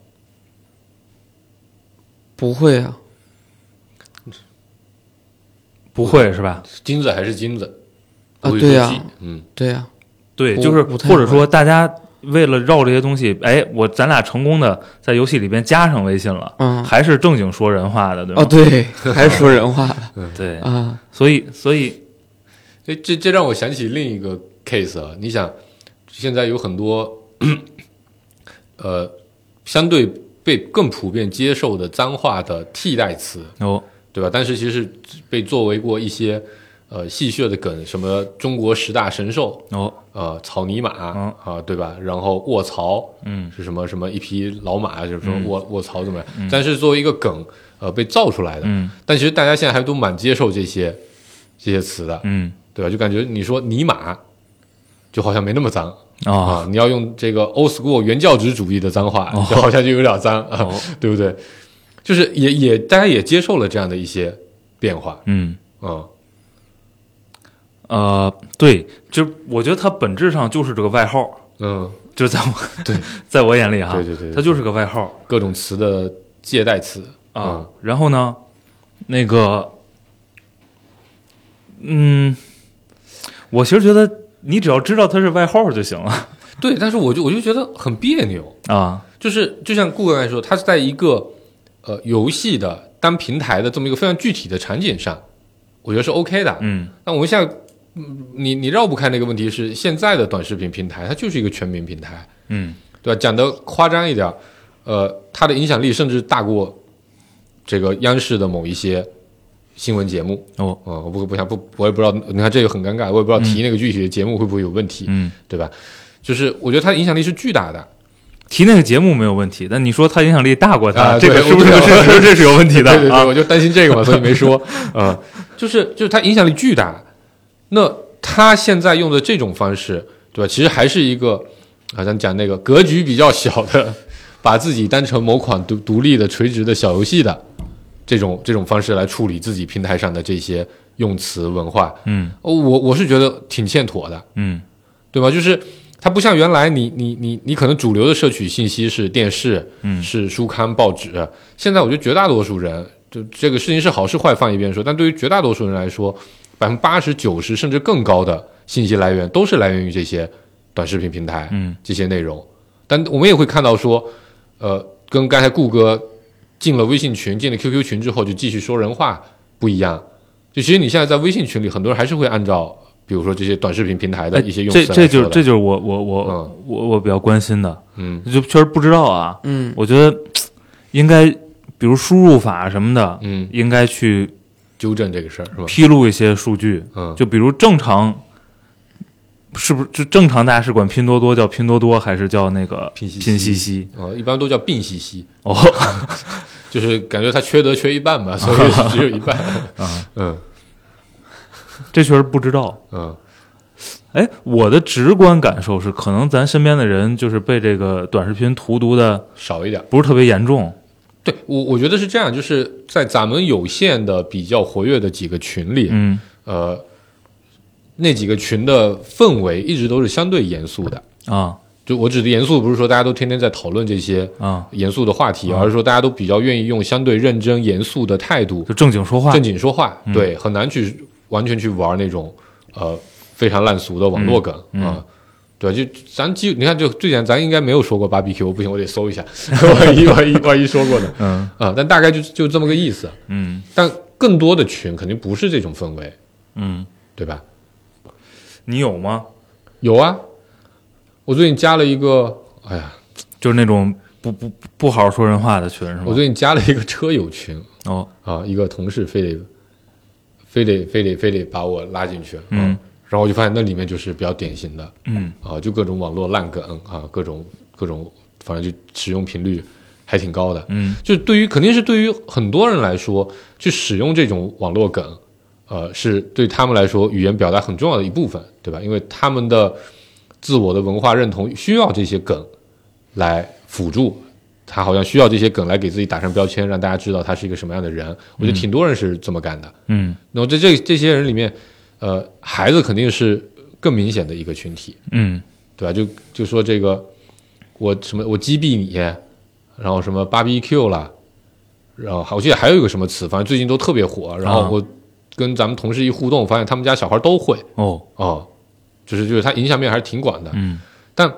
[SPEAKER 3] 不会啊。
[SPEAKER 4] 不会是吧？
[SPEAKER 5] 金子还是金子
[SPEAKER 3] 啊
[SPEAKER 5] 我有
[SPEAKER 3] 对呀
[SPEAKER 5] 手机嗯
[SPEAKER 3] 对啊呀、
[SPEAKER 4] 对，
[SPEAKER 3] 不
[SPEAKER 4] 就是
[SPEAKER 3] 不太
[SPEAKER 4] 或者
[SPEAKER 3] 会
[SPEAKER 4] 说大家为了绕这些东西，哎，我咱俩成功的在游戏里边加上微信了，
[SPEAKER 3] 嗯
[SPEAKER 4] 还是正经说人话的，对吧？
[SPEAKER 3] 哦，对，还是说人话的
[SPEAKER 4] 对，
[SPEAKER 3] 啊，
[SPEAKER 4] 所以所以
[SPEAKER 5] 这这这让我想起另一个 case 啊，你想，现在有很多，呃，相对被更普遍接受的脏话的替代词，
[SPEAKER 4] 哦，
[SPEAKER 5] 对吧？但是其实被作为过一些呃戏谑的梗，什么中国十大神兽，
[SPEAKER 4] 哦，
[SPEAKER 5] 呃，草泥马啊、
[SPEAKER 4] 嗯
[SPEAKER 5] 对吧？然后卧槽，
[SPEAKER 4] 嗯，
[SPEAKER 5] 是什么什么一匹老马，就是说卧卧槽怎么样？但是作为一个梗，呃，被造出来的，
[SPEAKER 4] 嗯
[SPEAKER 5] 但其实大家现在还都蛮接受这些这些词的，
[SPEAKER 4] 嗯，
[SPEAKER 5] 对吧？就感觉你说尼玛，就好像没那么脏。
[SPEAKER 4] 啊，
[SPEAKER 5] 啊，你要用这个 old school 原教旨主义的脏话，
[SPEAKER 4] 哦
[SPEAKER 5] 就好像就有点脏啊， 对不对？就是也也大家也接受了这样的一些变化，
[SPEAKER 4] 嗯，
[SPEAKER 5] 嗯，
[SPEAKER 4] 呃，对，就是我觉得它本质上就是这个外号，
[SPEAKER 5] 嗯，
[SPEAKER 4] 就是在我对， 在我眼里哈，
[SPEAKER 5] 对对对对
[SPEAKER 4] 它就是个外号
[SPEAKER 5] 各种词的借代词
[SPEAKER 4] 啊
[SPEAKER 5] 嗯。
[SPEAKER 4] 然后呢，那个，嗯，我其实觉得你只要知道它是外号就行了
[SPEAKER 5] 对，但是我就我就觉得很别扭，
[SPEAKER 4] 啊。
[SPEAKER 5] 就是就像顾问来说，它是在一个呃游戏的单平台的这么一个非常具体的场景上，我觉得是 OK 的。
[SPEAKER 4] 嗯
[SPEAKER 5] 那我们现在，嗯你你绕不开那个问题是现在的短视频平台，它就是一个全民平台，
[SPEAKER 4] 嗯
[SPEAKER 5] 对吧？讲的夸张一点儿，呃，它的影响力甚至大过这个央视的某一些新闻节目。
[SPEAKER 4] 哦
[SPEAKER 5] 啊、我不不想不，我也不知道，你看这就很尴尬，我也不知道提那个具体的节目会不会有问题，
[SPEAKER 4] 嗯，
[SPEAKER 5] 对吧？就是我觉得它的影响力是巨大的，
[SPEAKER 4] 提那个节目没有问题，但你说它影响力大过它，
[SPEAKER 5] 啊
[SPEAKER 4] 这个
[SPEAKER 5] 对
[SPEAKER 4] 是不是
[SPEAKER 5] 我知道
[SPEAKER 4] 这是这是有问题的
[SPEAKER 5] 对对对，
[SPEAKER 4] 啊？
[SPEAKER 5] 我就担心这 个嘛，所以没说。啊，就是就是它影响力巨大。那他现在用的这种方式，对吧？其实还是一个啊，咱讲那个格局比较小的，把自己当成某款独独立的垂直的小游戏的这种这种方式来处理自己平台上的这些用词文化。
[SPEAKER 4] 嗯
[SPEAKER 5] 哦，我我是觉得挺欠妥的。
[SPEAKER 4] 嗯
[SPEAKER 5] 对吧？就是它不像原来你你你你可能主流的摄取信息是电视，
[SPEAKER 4] 嗯
[SPEAKER 5] 是书刊报纸。现在我觉得绝大多数人，就这个事情是好是坏放一边说，但对于绝大多数人来说，百分之八十九十甚至更高的信息来源都是来源于这些短视频平台，
[SPEAKER 4] 嗯
[SPEAKER 5] 这些内容。但我们也会看到说，呃，跟刚才顾哥进了微信群、进了 QQ 群之后就继续说人话不一样。就其实你现在在微信群里，很多人还是会按照，比如说这些短视频平台的
[SPEAKER 4] 哎
[SPEAKER 5] 一些用词
[SPEAKER 4] 这
[SPEAKER 5] 来说
[SPEAKER 4] 这就是
[SPEAKER 5] 的
[SPEAKER 4] 这就是我我我、
[SPEAKER 5] 嗯
[SPEAKER 4] 我我比较关心的，
[SPEAKER 5] 嗯
[SPEAKER 4] 就确实不知道啊。
[SPEAKER 3] 嗯
[SPEAKER 4] 我觉得嘖应该，比如输入法什么的，
[SPEAKER 5] 嗯，
[SPEAKER 4] 应该去
[SPEAKER 5] 纠正这个事儿是吧？
[SPEAKER 4] 披露一些数据。
[SPEAKER 5] 嗯，
[SPEAKER 4] 就比如正常，是不是就正常大家是管拼多多叫拼多多，还是叫那个
[SPEAKER 5] 拼夕夕
[SPEAKER 4] 拼夕夕？
[SPEAKER 5] 呃，一般都叫并息息，
[SPEAKER 4] 哦，
[SPEAKER 5] 就是感觉它缺德缺一半吧，所以只有一半。
[SPEAKER 4] 啊
[SPEAKER 5] 嗯
[SPEAKER 4] 这确实不知道。
[SPEAKER 5] 嗯
[SPEAKER 4] 哎，我的直观感受是，可能咱身边的人就是被这个短视频荼毒的
[SPEAKER 5] 少一点。
[SPEAKER 4] 不是特别严重。
[SPEAKER 5] 对我，我觉得是这样，就是在咱们有限的、比较活跃的几个群里，
[SPEAKER 4] 嗯
[SPEAKER 5] 呃，那几个群的氛围一直都是相对严肃的。
[SPEAKER 4] 啊
[SPEAKER 5] 就我指的严肃，不是说大家都天天在讨论这些
[SPEAKER 4] 啊，
[SPEAKER 5] 严肃的话题，而是说大家都比较愿意用相对认真、严肃的态度
[SPEAKER 4] 就正经说话。嗯
[SPEAKER 5] 正经说话，对，很难去完全去玩那种呃非常烂俗的网络梗啊、
[SPEAKER 4] 嗯嗯
[SPEAKER 5] 对，就咱就你看，就最简单，咱应该没有说过 BBQ，不行，我得搜一下， 万一万一万一说过呢
[SPEAKER 4] 嗯
[SPEAKER 5] 啊、但大概就就这么个意思。
[SPEAKER 4] 嗯
[SPEAKER 5] 但更多的群肯定不是这种氛围，
[SPEAKER 4] 嗯，
[SPEAKER 5] 对吧？
[SPEAKER 4] 你有吗？
[SPEAKER 5] 有啊，我最近加了一个，哎呀，
[SPEAKER 4] 就是那种不不不好好说人话的群是吗？
[SPEAKER 5] 我最近加了一个车友群
[SPEAKER 4] 哦，
[SPEAKER 5] 啊，一个同事非得非得非得非得把我拉进去，啊
[SPEAKER 4] 嗯
[SPEAKER 5] 然后我就发现那里面就是比较典型的，
[SPEAKER 4] 嗯
[SPEAKER 5] 啊，就各种网络烂梗啊，各种各种，反正就使用频率还挺高的。
[SPEAKER 4] 嗯
[SPEAKER 5] 就对于肯定是对于很多人来说，去使用这种网络梗，呃，是对他们来说语言表达很重要的一部分，对吧？因为他们的自我的文化认同需要这些梗来辅助，他好像需要这些梗来给自己打上标签，让大家知道他是一个什么样的人。我觉得挺多人是这么干的。
[SPEAKER 4] 嗯
[SPEAKER 5] 那么在这这些人里面，呃，孩子肯定是更明显的一个群体。
[SPEAKER 4] 嗯
[SPEAKER 5] 对吧？就就说这个，我什么我击毙你，然后什么 BBQ 啦，然后还我记得还有一个什么词，反正最近都特别火。然后
[SPEAKER 4] 啊
[SPEAKER 5] 我跟咱们同事一互动，发现他们家小孩都会
[SPEAKER 4] 哦
[SPEAKER 5] 哦，就是就是它影响面还是挺广的。
[SPEAKER 4] 嗯
[SPEAKER 5] 但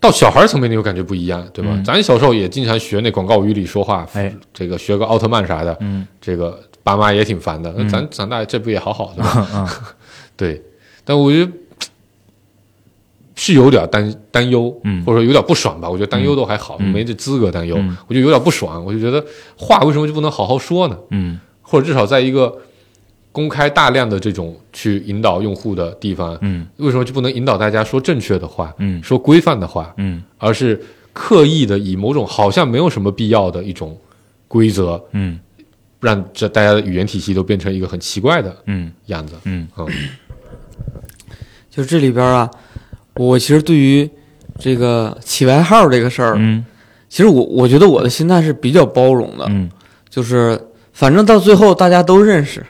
[SPEAKER 5] 到小孩层面，你就感觉不一样，对吧？
[SPEAKER 4] 嗯
[SPEAKER 5] 咱小时候也经常学那广告语里说话，
[SPEAKER 4] 哎
[SPEAKER 5] 这个学个奥特曼啥的，
[SPEAKER 4] 嗯
[SPEAKER 5] 这个爸妈也挺烦的。那咱 长大这不也好好的吗？
[SPEAKER 4] 嗯
[SPEAKER 5] 对，但我觉得是有点担担忧，
[SPEAKER 4] 嗯
[SPEAKER 5] 或者说有点不爽吧。我觉得担忧都还好，
[SPEAKER 4] 嗯
[SPEAKER 5] 没这资格担忧。
[SPEAKER 4] 嗯
[SPEAKER 5] 我就有点不爽，我就觉得话为什么就不能好好说呢？
[SPEAKER 4] 嗯
[SPEAKER 5] 或者至少在一个公开大量的这种去引导用户的地方，
[SPEAKER 4] 嗯
[SPEAKER 5] 为什么就不能引导大家说正确的话，
[SPEAKER 4] 嗯
[SPEAKER 5] 说规范的话，
[SPEAKER 4] 嗯
[SPEAKER 5] 而是刻意的以某种好像没有什么必要的一种规则，
[SPEAKER 4] 嗯
[SPEAKER 5] 让这大家的语言体系都变成一个很奇怪的
[SPEAKER 4] 嗯
[SPEAKER 5] 样子。
[SPEAKER 4] 嗯
[SPEAKER 5] 嗯
[SPEAKER 3] 就这里边啊，我其实对于这个起外号这个事儿，
[SPEAKER 4] 嗯
[SPEAKER 3] 其实我我觉得我的心态是比较包容的，
[SPEAKER 4] 嗯
[SPEAKER 3] 就是反正到最后大家都认识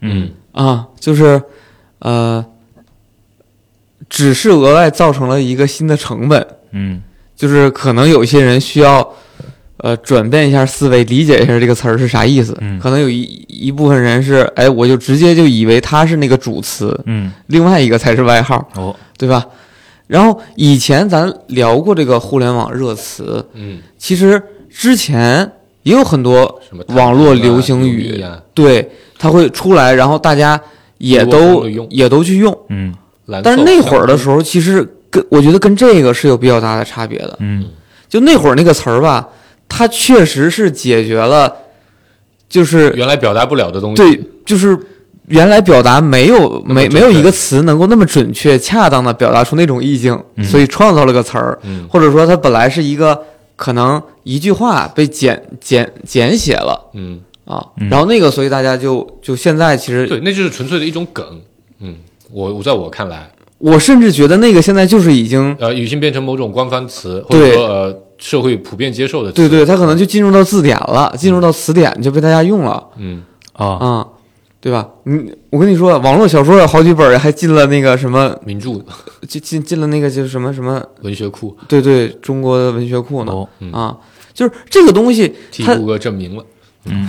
[SPEAKER 4] 嗯
[SPEAKER 3] 啊，就是呃，只是额外造成了一个新的成本，
[SPEAKER 4] 嗯
[SPEAKER 3] 就是可能有些人需要，呃，转变一下思维，理解一下这个词儿是啥意思。
[SPEAKER 4] 嗯
[SPEAKER 3] 可能有一一部分人是，哎，我就直接就以为它是那个主词，
[SPEAKER 4] 嗯
[SPEAKER 3] 另外一个才是外号，
[SPEAKER 4] 哦
[SPEAKER 3] 对吧？然后以前咱聊过这个互联网热词，
[SPEAKER 5] 嗯，
[SPEAKER 3] 其实之前也有很多
[SPEAKER 5] 什么
[SPEAKER 3] 网络流行
[SPEAKER 5] 探秘
[SPEAKER 3] 语，
[SPEAKER 5] 啊、
[SPEAKER 3] 对，它会出来，然后大家也
[SPEAKER 5] 中国风
[SPEAKER 3] 都
[SPEAKER 5] 的用
[SPEAKER 3] 也都去用。
[SPEAKER 4] 嗯
[SPEAKER 5] 蓝
[SPEAKER 3] 但是
[SPEAKER 5] 瘦
[SPEAKER 3] 那会儿的时候，其实跟我觉得跟这个是有比较大的差别的。
[SPEAKER 4] 嗯
[SPEAKER 3] 就那会儿那个词儿吧，它确实是解决了，就是
[SPEAKER 5] 原来表达不了的东西，
[SPEAKER 3] 对，就是原来表达没有
[SPEAKER 5] 那么
[SPEAKER 3] 没
[SPEAKER 5] 准确
[SPEAKER 3] 没有一个词能够那么准确、恰当的表达出那种意境，
[SPEAKER 4] 嗯
[SPEAKER 3] 所以创造了个词儿，
[SPEAKER 5] 嗯
[SPEAKER 3] 或者说它本来是一个可能一句话被简简简写了
[SPEAKER 5] 嗯，
[SPEAKER 3] 啊，
[SPEAKER 4] 嗯
[SPEAKER 3] 然后那个，所以大家就就现在其实
[SPEAKER 5] 对，那就是纯粹的一种梗。嗯，我我在我看来，
[SPEAKER 3] 我甚至觉得那个现在就是已经
[SPEAKER 5] 呃，语境变成某种官方词，或者
[SPEAKER 3] 对
[SPEAKER 5] 说呃社会普遍接受的词。
[SPEAKER 3] 对对，它可能就进入到字典了，进入到词典就被大家用了。
[SPEAKER 5] 嗯，
[SPEAKER 4] 啊
[SPEAKER 3] 啊、对吧？你我跟你说，网络小说有好几本还进了那个什么，
[SPEAKER 5] 名著
[SPEAKER 3] 进进进了那个就是什么什么，
[SPEAKER 5] 文学库
[SPEAKER 3] 对对，中国的文学库呢、
[SPEAKER 4] 哦
[SPEAKER 5] 嗯
[SPEAKER 3] 啊，就是这个东西，
[SPEAKER 5] 替
[SPEAKER 3] 它
[SPEAKER 5] 谷歌证明了。
[SPEAKER 4] 嗯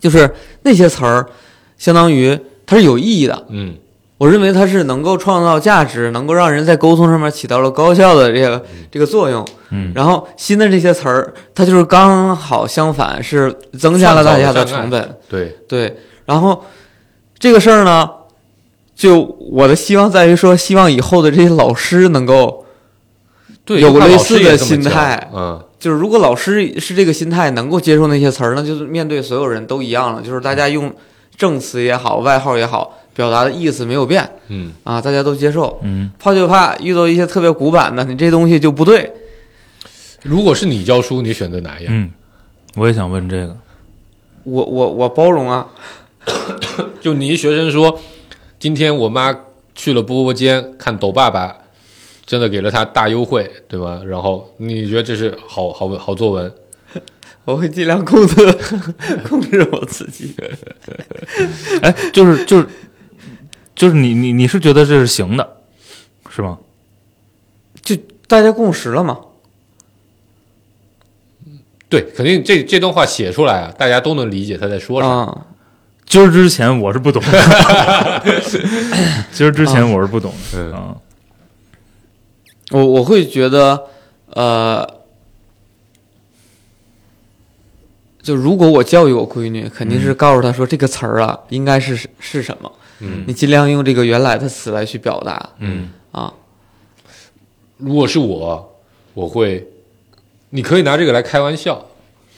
[SPEAKER 3] 就是那些词儿，相当于它是有意义的。
[SPEAKER 5] 嗯
[SPEAKER 3] 我认为它是能够创造价值，能够让人在沟通上面起到了高效的这个这个作用。
[SPEAKER 4] 嗯
[SPEAKER 3] 然后新的这些词儿，它就是刚好相反，是增加了大家的成本。，
[SPEAKER 5] 对，
[SPEAKER 3] 对，然后这个事儿呢，就我的希望在于说，希望以后的这些老师能够，
[SPEAKER 5] 对，
[SPEAKER 3] 有
[SPEAKER 5] 就怕
[SPEAKER 3] 类
[SPEAKER 5] 老
[SPEAKER 3] 似
[SPEAKER 5] 师也
[SPEAKER 3] 的
[SPEAKER 5] 这么
[SPEAKER 3] 心
[SPEAKER 5] 教
[SPEAKER 3] 态
[SPEAKER 5] 嗯
[SPEAKER 3] 就是如果老师是这个心态，能够接受那些词儿，那就是面对所有人都一样了，就是大家用正词也好，外号也好，表达的意思没有变
[SPEAKER 5] 嗯，
[SPEAKER 3] 啊，大家都接受。
[SPEAKER 4] 嗯
[SPEAKER 3] 怕就怕遇到一些特别古板的，你这东西就不对。
[SPEAKER 5] 如果是你教书，你选择哪一样？
[SPEAKER 4] 嗯，我也想问这个，
[SPEAKER 3] 我我我包容啊，
[SPEAKER 5] 就你一学生说，今天我妈去了播播间看抖爸爸，真的给了他大优惠，对吧？然后你觉得这是好好好作文？
[SPEAKER 3] 我会尽量控制控制我自 己。
[SPEAKER 4] 哎，就是就是就是你你你是觉得这是行的，是吗？
[SPEAKER 3] 就大家共识了嘛，
[SPEAKER 5] 对，肯定这这段话写出来啊，大家都能理解他在说啥。
[SPEAKER 3] 啊，
[SPEAKER 4] 今儿之前我是不懂的， 今儿之前我是不懂的
[SPEAKER 5] 嗯
[SPEAKER 4] 啊，
[SPEAKER 3] 我我会觉得，呃，就如果我教育我闺女，肯定是告诉她说这个词儿啊，应该是是什么，
[SPEAKER 5] 嗯
[SPEAKER 3] 你尽量用这个原来的词来去表达
[SPEAKER 5] 嗯，
[SPEAKER 3] 啊，
[SPEAKER 5] 如果是我，我会，你可以拿这个来开玩笑，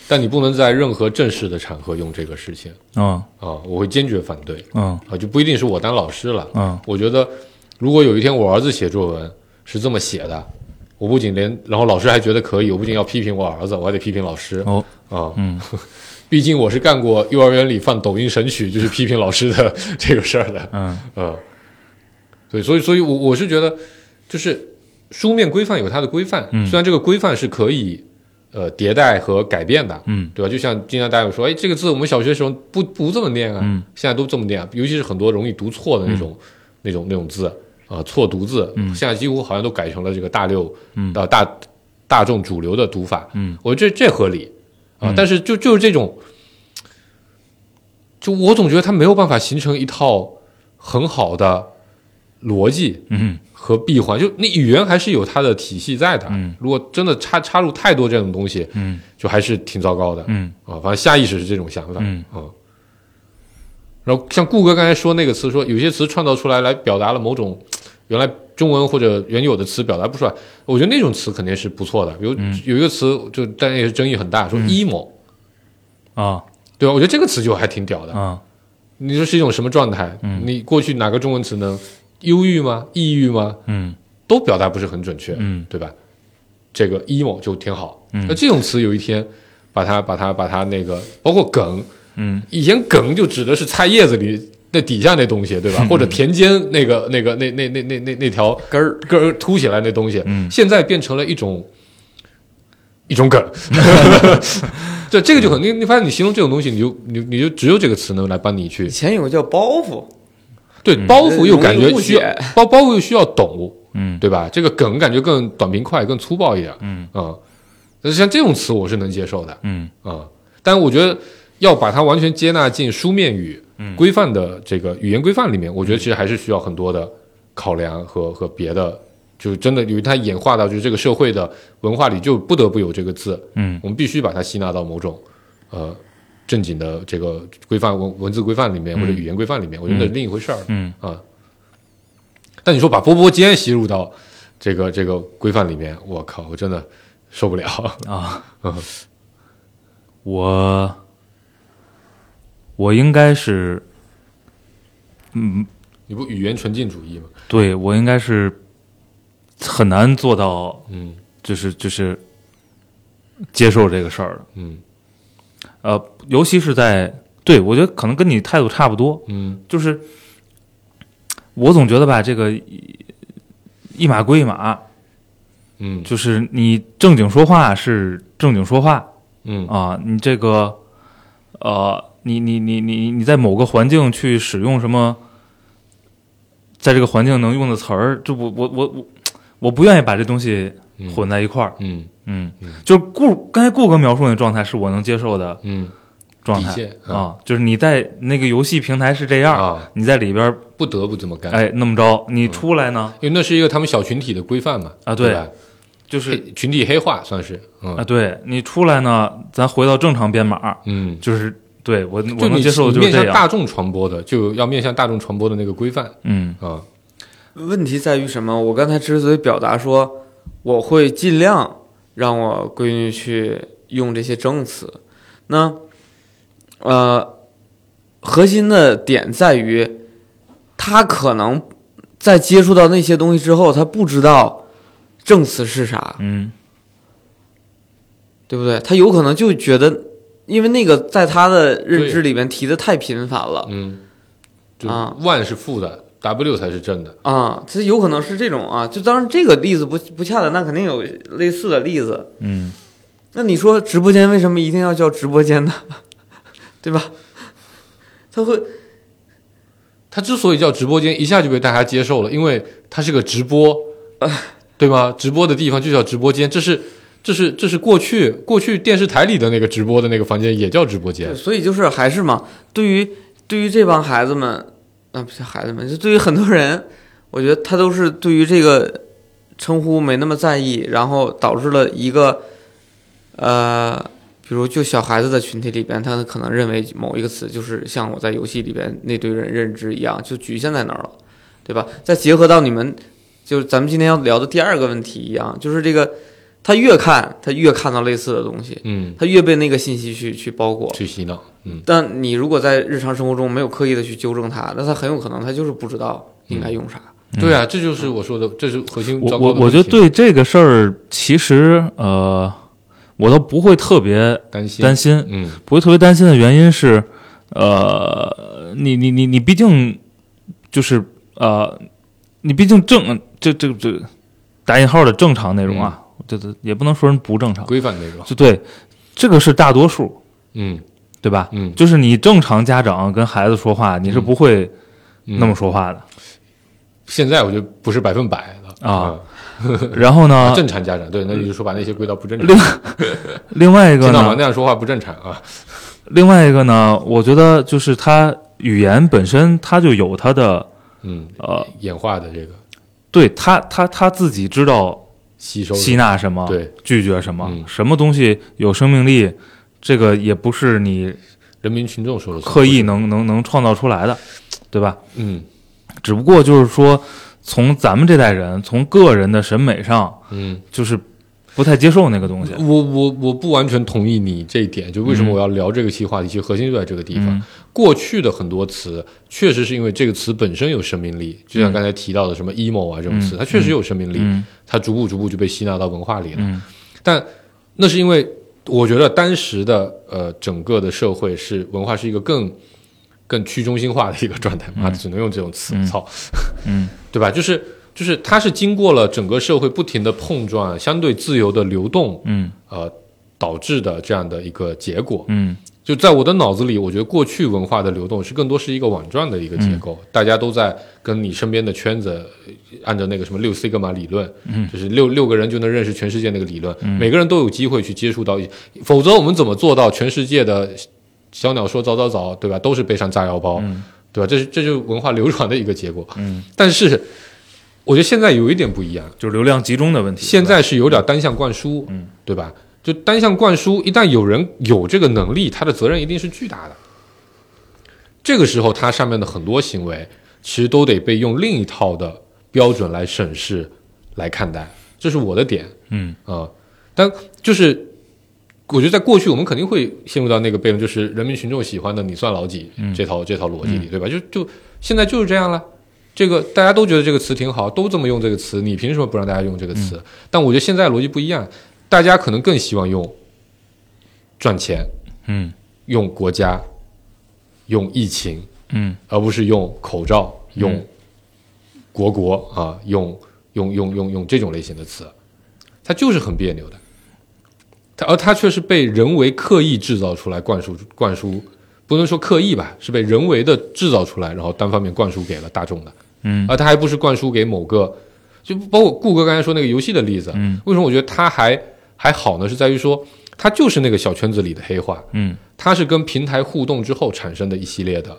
[SPEAKER 5] 但你不能在任何正式的场合用这个事情
[SPEAKER 4] 嗯
[SPEAKER 5] 啊，我会坚决反对
[SPEAKER 4] 嗯
[SPEAKER 5] 啊，就不一定是我当老师了。
[SPEAKER 4] 嗯
[SPEAKER 5] 我觉得，如果有一天我儿子写作文是这么写的，我不仅连，然后老师还觉得可以，我不仅要批评我儿子，我还得批评老师
[SPEAKER 4] 哦
[SPEAKER 5] 啊。
[SPEAKER 4] 嗯
[SPEAKER 5] 毕竟我是干过幼儿园里放抖音神曲，就是批评老师的 这个事儿的。
[SPEAKER 4] 嗯
[SPEAKER 5] 嗯，对，所以，所以我我是觉得，就是书面规范有它的规范，
[SPEAKER 4] 嗯
[SPEAKER 5] 虽然这个规范是可以呃迭代和改变的，
[SPEAKER 4] 嗯
[SPEAKER 5] 对吧？就像经常大家有说，哎，这个字我们小学时候不不这么念啊，
[SPEAKER 4] 嗯
[SPEAKER 5] 现在都这么念啊，尤其是很多容易读错的那种、那种那种字啊、错读字，现在几乎好像都改成了这个大六，
[SPEAKER 4] 嗯
[SPEAKER 5] 呃大大众主流的读法，
[SPEAKER 4] 嗯，
[SPEAKER 5] 我觉得这这合理啊、但是就就是这种，就我总觉得它没有办法形成一套很好的逻辑，
[SPEAKER 4] 嗯
[SPEAKER 5] 和闭环，就你语言还是有它的体系在的。
[SPEAKER 4] 嗯
[SPEAKER 5] 如果真的插插入太多这种东西，
[SPEAKER 4] 嗯
[SPEAKER 5] 就还是挺糟糕的。
[SPEAKER 4] 嗯
[SPEAKER 5] 啊，反正下意识是这种想法。啊
[SPEAKER 4] 嗯
[SPEAKER 5] 然后像顾哥刚才说那个词说，有些词创造出来来表达了某种原原来中文或者原有的词表达不出来，我觉得那种词肯定是不错的。比如
[SPEAKER 4] 嗯
[SPEAKER 5] 有一个词就，但也是争议很大，说 emo，
[SPEAKER 4] 啊
[SPEAKER 5] 对吧？我觉得这个词就还挺屌的。
[SPEAKER 4] 啊
[SPEAKER 5] 你说是一种什么状态？
[SPEAKER 4] 嗯
[SPEAKER 5] 你过去哪个中文词能忧郁吗？抑郁吗？
[SPEAKER 4] 嗯
[SPEAKER 5] 都表达不是很准确，
[SPEAKER 4] 嗯
[SPEAKER 5] 对吧？这个 emo 就挺好。
[SPEAKER 4] 嗯
[SPEAKER 5] 那这种词有一天把它把它把它那个，包括梗，
[SPEAKER 4] 嗯
[SPEAKER 5] 以前梗就指的是菜叶子里那底下那东西，对吧？或者田间那个那个那那那那那那条
[SPEAKER 3] 嗯根儿
[SPEAKER 5] 根儿凸起来那东西，
[SPEAKER 4] 嗯
[SPEAKER 5] 现在变成了一种一 种梗。对，这个就很你你发现你形容这种东西，你就你你就只有这个词能来帮你去
[SPEAKER 3] 以前有个叫包袱，
[SPEAKER 5] 对包袱，又
[SPEAKER 3] 容易
[SPEAKER 5] 感觉
[SPEAKER 3] 误
[SPEAKER 5] 需要
[SPEAKER 3] 解
[SPEAKER 5] 包包袱又需要懂，
[SPEAKER 4] 嗯
[SPEAKER 5] 对吧？这个梗感觉更短平快，更粗暴一点。
[SPEAKER 4] 嗯
[SPEAKER 5] 啊、但是像这种词我是能接受的啊、
[SPEAKER 4] 嗯
[SPEAKER 5] 但我觉得要把它完全接纳进书面语规范的这个语言规范里面，我觉得其实还是需要很多的考量和和别的，就真的由于它演化到就是这个社会的文化里就不得不有这个字，
[SPEAKER 4] 嗯
[SPEAKER 5] 我们必须把它吸纳到某种呃正经的这个规范文文字规范里面或者语言规范里面，我觉得那是另一回事儿。
[SPEAKER 4] 嗯
[SPEAKER 5] 啊。但你说把波波间吸入到这个这个规范里面，我靠，我真的受不了。
[SPEAKER 4] 啊，我我应该是
[SPEAKER 5] 你不语言纯净主义吗？
[SPEAKER 4] 对我应该是很难做到，
[SPEAKER 5] 嗯
[SPEAKER 4] 就是就是接受这个事儿的。
[SPEAKER 5] 嗯
[SPEAKER 4] 呃，尤其是在对我觉得可能跟你态度差不多，
[SPEAKER 5] 嗯
[SPEAKER 4] 就是我总觉得吧，这个一一码归一码，
[SPEAKER 5] 嗯
[SPEAKER 4] 就是你正经说话是正经说话
[SPEAKER 5] 嗯
[SPEAKER 4] 啊，你这个呃，你你你你你在某个环境去使用什么，在这个环境能用的词儿，这我我我我我不愿意把这东西
[SPEAKER 5] 嗯
[SPEAKER 4] 混在一块儿，
[SPEAKER 5] 嗯
[SPEAKER 4] 嗯
[SPEAKER 5] 嗯，
[SPEAKER 4] 就是顾刚才顾哥描述那状态是我能接受的
[SPEAKER 5] 嗯
[SPEAKER 4] 状
[SPEAKER 5] 底
[SPEAKER 4] 态
[SPEAKER 5] 线啊
[SPEAKER 4] 啊，就是你在那个游戏平台是这样，
[SPEAKER 5] 啊，嗯
[SPEAKER 4] 你在里边儿
[SPEAKER 5] 不得不这么干，
[SPEAKER 4] 哎那么着，你出来呢、
[SPEAKER 5] 因为那是一个他们小群体的规范嘛。
[SPEAKER 4] 啊
[SPEAKER 5] 对
[SPEAKER 4] 对
[SPEAKER 5] 吧，
[SPEAKER 4] 就是
[SPEAKER 5] 黑群体黑化算是。嗯
[SPEAKER 4] 啊，对你出来呢，咱回到正常编码，
[SPEAKER 5] 嗯，
[SPEAKER 4] 就是对我
[SPEAKER 5] 就
[SPEAKER 4] 我能
[SPEAKER 5] 你
[SPEAKER 4] 接受
[SPEAKER 5] 你
[SPEAKER 4] 就
[SPEAKER 5] 面
[SPEAKER 4] 是这
[SPEAKER 5] 向
[SPEAKER 4] 样，
[SPEAKER 5] 大众传播的，就要面向大众传播的那个规范
[SPEAKER 4] 嗯
[SPEAKER 5] 啊。
[SPEAKER 3] 问题在于什么？我刚才之所以表达说我会尽量让我闺女去用这些正词，那呃，核心的点在于，她可能在接触到那些东西之后，她不知道正词是啥，
[SPEAKER 4] 嗯
[SPEAKER 3] 对不对？她有可能就觉得，因为那个在她的认知里面提的太频繁了
[SPEAKER 5] 嗯，就
[SPEAKER 3] 啊
[SPEAKER 5] one 是负的，W 才是正的。
[SPEAKER 3] 啊，这有可能是这种啊。就当然这个例子不不恰当，那肯定有类似的例子。
[SPEAKER 4] 嗯，
[SPEAKER 3] 那你说直播间为什么一定要叫直播间呢？ 对吧？他会
[SPEAKER 5] 它之所以叫直播间，一下就被大家接受了，因为它是个直播，
[SPEAKER 3] 啊
[SPEAKER 5] 对吗？直播的地方就叫直播间，这是这是这是过去过去电视台里的那个直播的那个房间也叫直播间
[SPEAKER 3] 对，，所以就是还是嘛，对于对于这帮孩子们，啊，不是孩子们，就对于很多人，我觉得他都是对于这个称呼没那么在意，然后导致了一个呃，比如就小孩子的群体里边，他可能认为某一个词就是像我在游戏里边那堆人认知一样，就局限在那儿了，对吧？再结合到你们，就是咱们今天要聊的第二个问题一样，就是这个他越看他越看到类似的东西。
[SPEAKER 5] 嗯，
[SPEAKER 3] 他越被那个信息去去包裹，
[SPEAKER 5] 去洗脑，嗯
[SPEAKER 3] 但你如果在日常生活中没有刻意的去纠正它，那他很有可能他就是不知道应该用啥。
[SPEAKER 5] 对啊，这就是我说的，这是核心
[SPEAKER 4] 嗯我
[SPEAKER 5] 糟糕
[SPEAKER 4] 我
[SPEAKER 5] 的
[SPEAKER 4] 我觉得
[SPEAKER 5] 问题
[SPEAKER 4] 对这个事儿，其实呃，我倒不会特别
[SPEAKER 5] 担心
[SPEAKER 4] 担心，
[SPEAKER 5] 嗯
[SPEAKER 4] 不会特别担心的原因是，呃，你你你你毕竟就是呃，你毕竟正这这这打引号的正常内容啊，这这也不能说人不正常，
[SPEAKER 5] 嗯规范那种，
[SPEAKER 4] 就对，这个是大多数，
[SPEAKER 5] 嗯
[SPEAKER 4] 对吧？
[SPEAKER 5] 嗯，
[SPEAKER 4] 就是你正常家长跟孩子说话，你是不会
[SPEAKER 5] 嗯
[SPEAKER 4] 那么说话的。
[SPEAKER 5] 现在我觉得不是百分百的
[SPEAKER 4] 啊，然后
[SPEAKER 5] 嗯
[SPEAKER 4] 呢，
[SPEAKER 5] 正常家长对，那你就说把那些归到不正常，
[SPEAKER 4] 另另外一个
[SPEAKER 5] 听到吗？
[SPEAKER 4] 呢，
[SPEAKER 5] 那样说话不正常啊，
[SPEAKER 4] 另外一个呢，我觉得就是它语言本身它就有它的
[SPEAKER 5] 嗯，
[SPEAKER 4] 呃，
[SPEAKER 5] 演化的这个
[SPEAKER 4] 对它它它自己知道
[SPEAKER 5] 吸收的
[SPEAKER 4] 吸纳什么，
[SPEAKER 5] 对，
[SPEAKER 4] 拒绝什么，
[SPEAKER 5] 嗯
[SPEAKER 4] 什么东西有生命力，这个也不是你
[SPEAKER 5] 人民群众说的
[SPEAKER 4] 刻意能能能创造出来的，对吧？
[SPEAKER 5] 嗯
[SPEAKER 4] 只不过就是说，从咱们这代人，从个人的审美上，
[SPEAKER 5] 嗯，
[SPEAKER 4] 就是不太接受那个东西。
[SPEAKER 5] 我我我不完全同意你这一点，就为什么我要聊这个期话题，其实核心就在这个地方。
[SPEAKER 4] 嗯
[SPEAKER 5] 过去的很多词，确实是因为这个词本身有生命力，就像刚才提到的什么 emo 啊这种词，
[SPEAKER 4] 嗯
[SPEAKER 5] 它确实有生命力，
[SPEAKER 4] 嗯
[SPEAKER 5] 它逐步逐步就被吸纳到文化里了。
[SPEAKER 4] 嗯
[SPEAKER 5] 但那是因为我觉得当时的呃整个的社会是文化是一个更更去中心化的一个状态，妈的只能用这种词，
[SPEAKER 4] 嗯
[SPEAKER 5] 操，
[SPEAKER 4] 嗯，
[SPEAKER 5] 对吧？就是就是它是经过了整个社会不停的碰撞，相对自由的流动，
[SPEAKER 4] 嗯
[SPEAKER 5] 呃导致的这样的一个结果。
[SPEAKER 4] 嗯
[SPEAKER 5] 就在我的脑子里，我觉得过去文化的流动是更多是一个网状的一个
[SPEAKER 4] 嗯
[SPEAKER 5] 结构，大家都在跟你身边的圈子，呃按照那个什么六 sigma 理论，
[SPEAKER 4] 嗯
[SPEAKER 5] 就是六六个人就能认识全世界那个理论，每个人都有机会去接触到一，否则我们怎么做到全世界的小鸟说早早早，对吧？都是背上炸药包，
[SPEAKER 4] 嗯
[SPEAKER 5] 对吧？这是这就是文化流传的一个结果。
[SPEAKER 4] 嗯，
[SPEAKER 5] 但是我觉得现在有一点不一样，
[SPEAKER 4] 就是流量集中的问题。
[SPEAKER 5] 现在是有点单向灌输，
[SPEAKER 4] 嗯，
[SPEAKER 5] 对吧？就单向灌输，一旦有人有这个能力，他的责任一定是巨大的。这个时候，他上面的很多行为其实都得被用另一套的标准来审视、来看待，这是我的点
[SPEAKER 4] 嗯
[SPEAKER 5] 啊、但就是我觉得在过去，我们肯定会陷入到那个悖论，就是人民群众喜欢的“你算老几”
[SPEAKER 4] 嗯
[SPEAKER 5] 这套这套逻辑里，对吧？就就现在就是这样了。这个大家都觉得这个词挺好，都这么用这个词，你凭什么不让大家用这个
[SPEAKER 4] 嗯
[SPEAKER 5] 词？但我觉得现在逻辑不一样，大家可能更希望用赚钱、
[SPEAKER 4] 嗯
[SPEAKER 5] 用国家、用疫情，
[SPEAKER 4] 嗯
[SPEAKER 5] 而不是用口罩、用国国啊、用用用用用这种类型的词，它就是很别扭的。它而它却是被人为刻意制造出来、灌输灌输，不能说刻意吧，是被人为的制造出来，然后单方面灌输给了大众的。
[SPEAKER 4] 嗯
[SPEAKER 5] 而它还不是灌输给某个，就包括顾哥刚才说那个游戏的例子，
[SPEAKER 4] 嗯
[SPEAKER 5] 为什么我觉得它还还好呢？是在于说，它就是那个小圈子里的黑化，
[SPEAKER 4] 嗯，
[SPEAKER 5] 它是跟平台互动之后产生的一系列的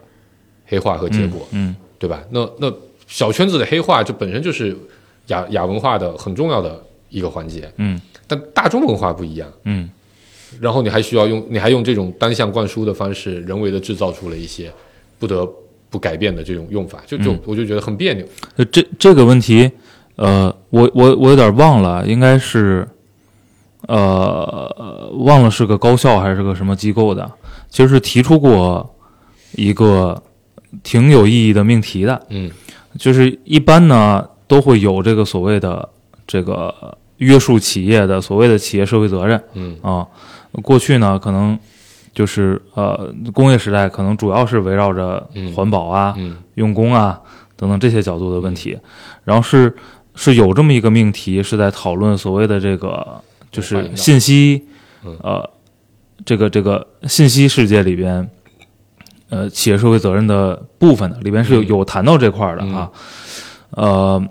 [SPEAKER 5] 黑化和结果，
[SPEAKER 4] 嗯
[SPEAKER 5] 对吧？那那小圈子的黑化，就本身就是亚亚文化的很重要的一个环节，
[SPEAKER 4] 嗯
[SPEAKER 5] 但大众文化不一样，
[SPEAKER 4] 嗯
[SPEAKER 5] 然后你还需要用，你还用这种单向灌输的方式，人为的制造出了一些不得不改变的这种用法，就就、
[SPEAKER 4] 嗯
[SPEAKER 5] 我就觉得很别扭，
[SPEAKER 4] 呃这这个问题，呃，我我我有点忘了，应该是，呃，忘了是个高校还是个什么机构的，其实是提出过一个挺有意义的命题的，
[SPEAKER 5] 嗯
[SPEAKER 4] 就是一般呢都会有这个所谓的这个约束企业的所谓的企业社会责任
[SPEAKER 5] 嗯
[SPEAKER 4] 啊，过去呢可能。就是呃，工业时代可能主要是围绕着
[SPEAKER 5] 嗯
[SPEAKER 4] 环保啊，
[SPEAKER 5] 嗯
[SPEAKER 4] 用工啊等等这些角度的问题。然后是是有这么一个命题，是在讨论所谓的这个就是
[SPEAKER 5] 文化引导
[SPEAKER 4] 信息
[SPEAKER 5] 嗯，
[SPEAKER 4] 呃，这个这个信息世界里边，呃，企业社会责任的部分的里边是有
[SPEAKER 5] 嗯
[SPEAKER 4] 有谈到这块儿的啊，呃。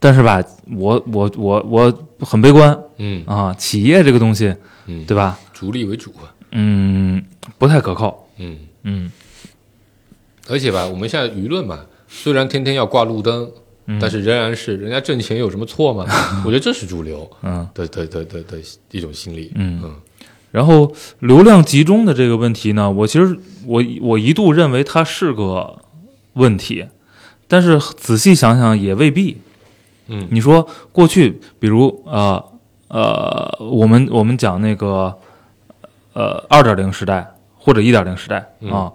[SPEAKER 4] 但是吧，我我我我很悲观
[SPEAKER 5] 嗯
[SPEAKER 4] 啊！企业这个东西，
[SPEAKER 5] 嗯，
[SPEAKER 4] 对吧？
[SPEAKER 5] 逐利为主，啊
[SPEAKER 4] 嗯，不太可靠。
[SPEAKER 5] 嗯，
[SPEAKER 4] 嗯
[SPEAKER 5] 而且吧，我们现在舆论嘛，虽然天天要挂路灯，
[SPEAKER 4] 嗯
[SPEAKER 5] 但是仍然是人家挣钱有什么错 吗？我觉得这是主流
[SPEAKER 4] 嗯，
[SPEAKER 5] 的的的的的一种心理，
[SPEAKER 4] 嗯
[SPEAKER 5] 嗯
[SPEAKER 4] 然后流量集中的这个问题呢，我其实我我一度认为它是个问题，但是仔细想想也未必。
[SPEAKER 5] 嗯
[SPEAKER 4] 你说过去，比如呃呃，我们我们讲那个呃二点零时代或者一点零时代
[SPEAKER 5] 嗯
[SPEAKER 4] 啊，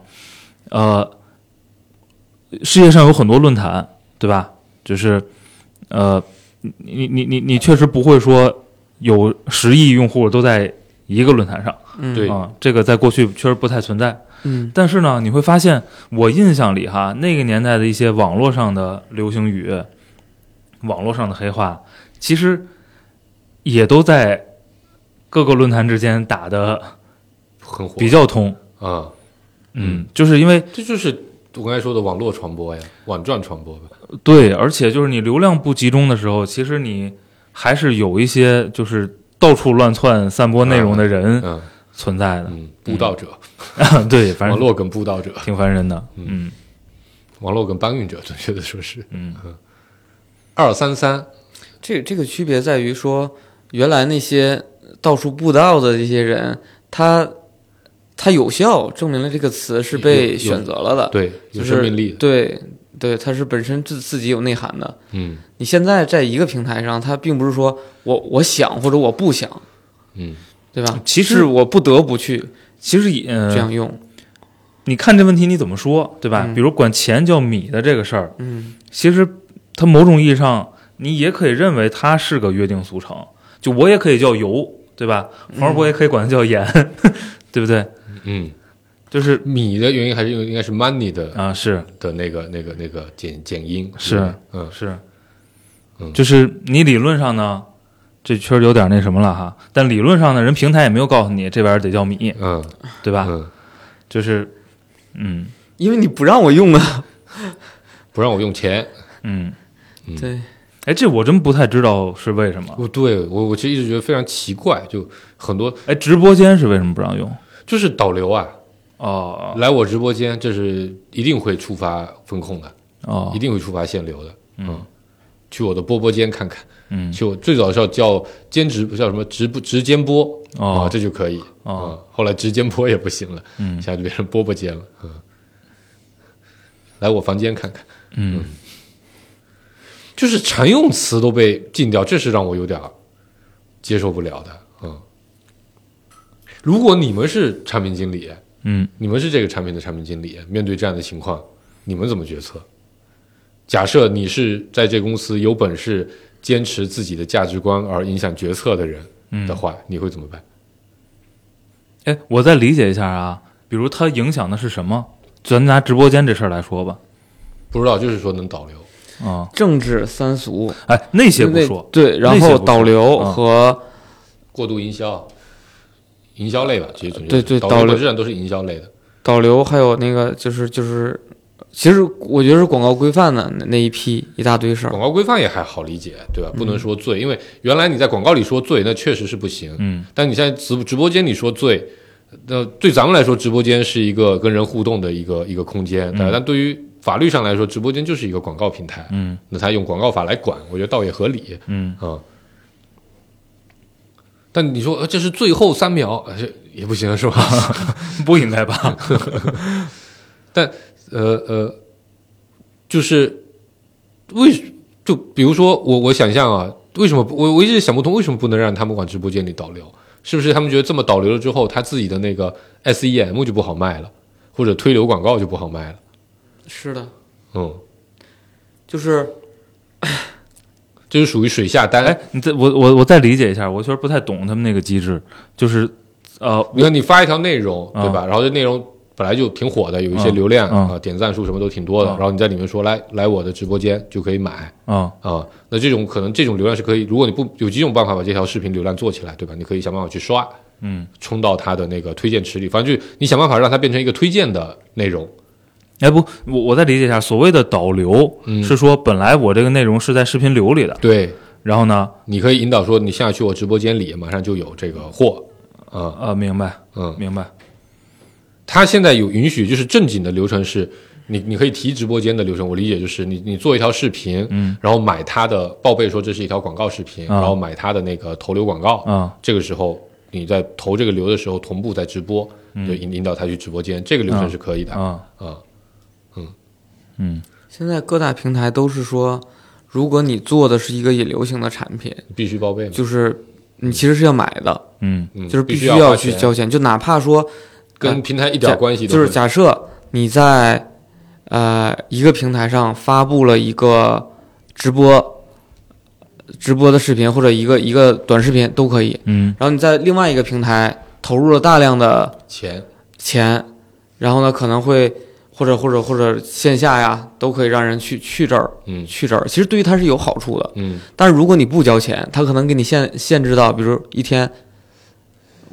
[SPEAKER 4] 呃，世界上有很多论坛，对吧？就是呃，你你你你确实不会说有十亿用户都在一个论坛上。
[SPEAKER 3] 嗯，
[SPEAKER 5] 对
[SPEAKER 4] 啊，这个在过去确实不太存在。
[SPEAKER 3] 嗯
[SPEAKER 4] 但是呢，你会发现，我印象里哈，那个年代的一些网络上的流行语、网络上的黑话，其实也都在各个论坛之间打的
[SPEAKER 5] 很火
[SPEAKER 4] 比较通。
[SPEAKER 5] 啊，
[SPEAKER 4] 嗯，就是因为
[SPEAKER 5] 这就是我刚才说的网络传播呀，网赚传播吧，
[SPEAKER 4] 对，而且就是你流量不集中的时候，其实你还是有一些就是到处乱窜、散播内容的人
[SPEAKER 5] 嗯
[SPEAKER 4] 存在的。
[SPEAKER 5] 嗯，布道者，
[SPEAKER 4] 对，反
[SPEAKER 5] 网
[SPEAKER 4] 正
[SPEAKER 5] 络梗布道者，
[SPEAKER 4] 挺烦人的。嗯
[SPEAKER 5] 网络梗搬运者，准确的说是
[SPEAKER 4] 嗯
[SPEAKER 5] 二三三，
[SPEAKER 3] 这这个区别在于说，原来那些到处布道的这些人，他他有效证明了这个词是被
[SPEAKER 5] 有
[SPEAKER 3] 选择了的，
[SPEAKER 5] 对，有
[SPEAKER 3] 就是
[SPEAKER 5] 生命力的，
[SPEAKER 3] 对，对，它是本身自自己有内涵的。
[SPEAKER 5] 嗯
[SPEAKER 3] 你现在在一个平台上，它并不是说我我想或者我不想，
[SPEAKER 5] 嗯
[SPEAKER 3] 对吧？
[SPEAKER 4] 其实
[SPEAKER 3] 是我不得不去
[SPEAKER 4] 其实也、呃
[SPEAKER 3] 这样用。
[SPEAKER 4] 你看这问题你怎么说，对吧？
[SPEAKER 3] 嗯
[SPEAKER 4] 比如管钱叫米的这个事儿，
[SPEAKER 3] 嗯
[SPEAKER 4] 其实它某种意义上，你也可以认为它是个约定俗成。就我也可以叫油，对吧？黄世博也可以管它叫盐， 对不对？
[SPEAKER 5] 嗯，
[SPEAKER 4] 就是
[SPEAKER 5] 米的原因还是因为应该是 money 的
[SPEAKER 4] 啊，是
[SPEAKER 5] 的那个那个那个简简音
[SPEAKER 4] 是
[SPEAKER 5] 嗯
[SPEAKER 4] 是
[SPEAKER 5] 嗯，
[SPEAKER 4] 就是你理论上呢，这确实有点那什么了哈。但理论上呢，人平台也没有告诉你这玩意儿得叫米，
[SPEAKER 5] 嗯
[SPEAKER 4] 对吧？
[SPEAKER 5] 嗯，
[SPEAKER 4] 就是，嗯
[SPEAKER 3] 因为你不让我用啊，
[SPEAKER 5] 不让我用钱，
[SPEAKER 4] 嗯，
[SPEAKER 5] 嗯
[SPEAKER 3] 对，
[SPEAKER 4] 哎，这我真不太知道是为什么。
[SPEAKER 5] 我哦对我我其实一直觉得非常奇怪，就很多
[SPEAKER 4] 哎，直播间是为什么不让用？
[SPEAKER 5] 就是导流啊，
[SPEAKER 4] 哦
[SPEAKER 5] 来我直播间这是一定会触发风控的，
[SPEAKER 4] 哦
[SPEAKER 5] 一，定会触发限流的，
[SPEAKER 4] 嗯
[SPEAKER 5] 去我的波波间看看，
[SPEAKER 4] 嗯
[SPEAKER 5] 去我最早是要叫兼职叫什么直播直间播啊、
[SPEAKER 4] 哦
[SPEAKER 5] 这就可以啊、
[SPEAKER 4] 哦
[SPEAKER 5] 后来直间播也不行了，
[SPEAKER 4] 嗯
[SPEAKER 5] 现在就变成波波间了，嗯，来我房间看看，
[SPEAKER 4] 嗯
[SPEAKER 5] 就是常用词都被禁掉，这是让我有点儿接受不了的。嗯，如果你们是产品经理，
[SPEAKER 4] 嗯
[SPEAKER 5] 你们是这个产品的产品经理，面对这样的情况，你们怎么决策？假设你是在这公司有本事坚持自己的价值观而影响决策的人
[SPEAKER 4] 嗯
[SPEAKER 5] 的。话，你会怎么办？
[SPEAKER 4] 哎，我再理解一下啊，比如它影响的是什么？咱拿直播间这事儿来说吧。
[SPEAKER 5] 不知道，就是说能导流。
[SPEAKER 4] 啊、
[SPEAKER 3] 政治三俗，
[SPEAKER 4] 哎，那些不
[SPEAKER 3] 那
[SPEAKER 4] 说，
[SPEAKER 3] 对，然
[SPEAKER 4] 那些
[SPEAKER 3] 后
[SPEAKER 4] 不
[SPEAKER 3] 导
[SPEAKER 4] 说
[SPEAKER 3] 流
[SPEAKER 4] 啊
[SPEAKER 3] 和
[SPEAKER 5] 过度营销，营销类吧，其实准确
[SPEAKER 3] 对
[SPEAKER 5] 地
[SPEAKER 3] 对
[SPEAKER 5] 说导
[SPEAKER 3] 导
[SPEAKER 5] 流
[SPEAKER 3] 流
[SPEAKER 5] 本质上都是营销类的。
[SPEAKER 3] 导流，还有那个就是就是，其实我觉得是广告规范的那那一批一大堆事儿。
[SPEAKER 5] 广告规范也还好理解，对吧？不能说罪，因为原来你在广告里说罪，那确实是不行。
[SPEAKER 4] 嗯，
[SPEAKER 5] 但你现在直直播间你说罪，那对咱们来说，直播间是一个跟人互动的一个一个空间，但但对于法律上来说，直播间就是一个广告平台，
[SPEAKER 4] 嗯
[SPEAKER 5] 那他用广告法来管，我觉得倒也合理
[SPEAKER 4] 嗯
[SPEAKER 5] 啊、嗯但你说呃这是最后三秒，呃这也不行是吧？
[SPEAKER 4] 不应该吧？
[SPEAKER 5] 呃呃，就是为就比如说我我想象啊，为什么不我我一直想不通为什么不能让他们往直播间里导流？是不是他们觉得这么导流了之后，他自己的那个 SEM 就不好卖了，或者推流广告就不好卖了？
[SPEAKER 3] 是的，
[SPEAKER 5] 嗯，
[SPEAKER 3] 就是
[SPEAKER 5] 这就属于水下单。
[SPEAKER 4] 哎，你再我我我再理解一下，我确实不太懂他们那个机制，就是呃，
[SPEAKER 5] 你看你发一条内容，
[SPEAKER 4] 啊
[SPEAKER 5] 对吧？然后这内容本来就挺火的，有一些流量
[SPEAKER 4] 啊
[SPEAKER 5] 啊、点赞数什么都挺多的，
[SPEAKER 4] 啊
[SPEAKER 5] 然后你在里面说来来我的直播间就可以买，
[SPEAKER 4] 啊
[SPEAKER 5] 啊，那这种可能这种流量是可以，如果你不有几种办法把这条视频流量做起来，对吧？你可以想办法去刷，
[SPEAKER 4] 嗯，
[SPEAKER 5] 冲到它的那个推荐池里，反正就你想办法让它变成一个推荐的内容。
[SPEAKER 4] 哎不，我我再理解一下，所谓的导流、
[SPEAKER 5] 嗯
[SPEAKER 4] 是说本来我这个内容是在视频流里的，
[SPEAKER 5] 对，
[SPEAKER 4] 然后呢，
[SPEAKER 5] 你可以引导说，你现在去我直播间里，马上就有这个货，啊，
[SPEAKER 4] 呃，明白
[SPEAKER 5] 嗯，
[SPEAKER 4] 明白，
[SPEAKER 5] 它现在有允许，就是正经的流程是。你你可以提直播间的流程，我理解就是你你做一条视频，
[SPEAKER 4] 嗯，
[SPEAKER 5] 然后买它的报备说这是一条广告视频，
[SPEAKER 4] 啊
[SPEAKER 5] 然后买它的那个投流广告，
[SPEAKER 4] 啊
[SPEAKER 5] 这个时候你在投这个流的时候，同步在直播，
[SPEAKER 3] 嗯
[SPEAKER 5] 就引引导他去直播间，这个流程是可以的啊、
[SPEAKER 4] 啊嗯
[SPEAKER 3] 现在各大平台都是说，如果你做的是一个引流型的产品，
[SPEAKER 5] 你必须报备嘛，
[SPEAKER 3] 就是你其实是要买的，
[SPEAKER 4] 嗯
[SPEAKER 5] 嗯、
[SPEAKER 3] 就是
[SPEAKER 5] 必
[SPEAKER 3] 必
[SPEAKER 5] 须
[SPEAKER 3] 须
[SPEAKER 5] 要花
[SPEAKER 3] 要去
[SPEAKER 5] 钱
[SPEAKER 3] 交钱，就哪怕说
[SPEAKER 5] 跟平台一
[SPEAKER 3] 假
[SPEAKER 5] 点关系都
[SPEAKER 3] 就
[SPEAKER 5] 没
[SPEAKER 3] 是
[SPEAKER 5] 有。
[SPEAKER 3] 假设你在呃一个平台上发布了一个直播直播的视频或者一个一个短视频都可以，
[SPEAKER 4] 嗯
[SPEAKER 3] 然后你在另外一个平台投入了大量的
[SPEAKER 5] 钱，
[SPEAKER 3] 钱，然后呢可能会或者或者或者线下呀都可以让人去去这儿
[SPEAKER 5] 嗯
[SPEAKER 3] 去这儿，其实对于它是有好处的。
[SPEAKER 5] 嗯
[SPEAKER 3] 但是如果你不交钱，它可能给你限限制到，比如一天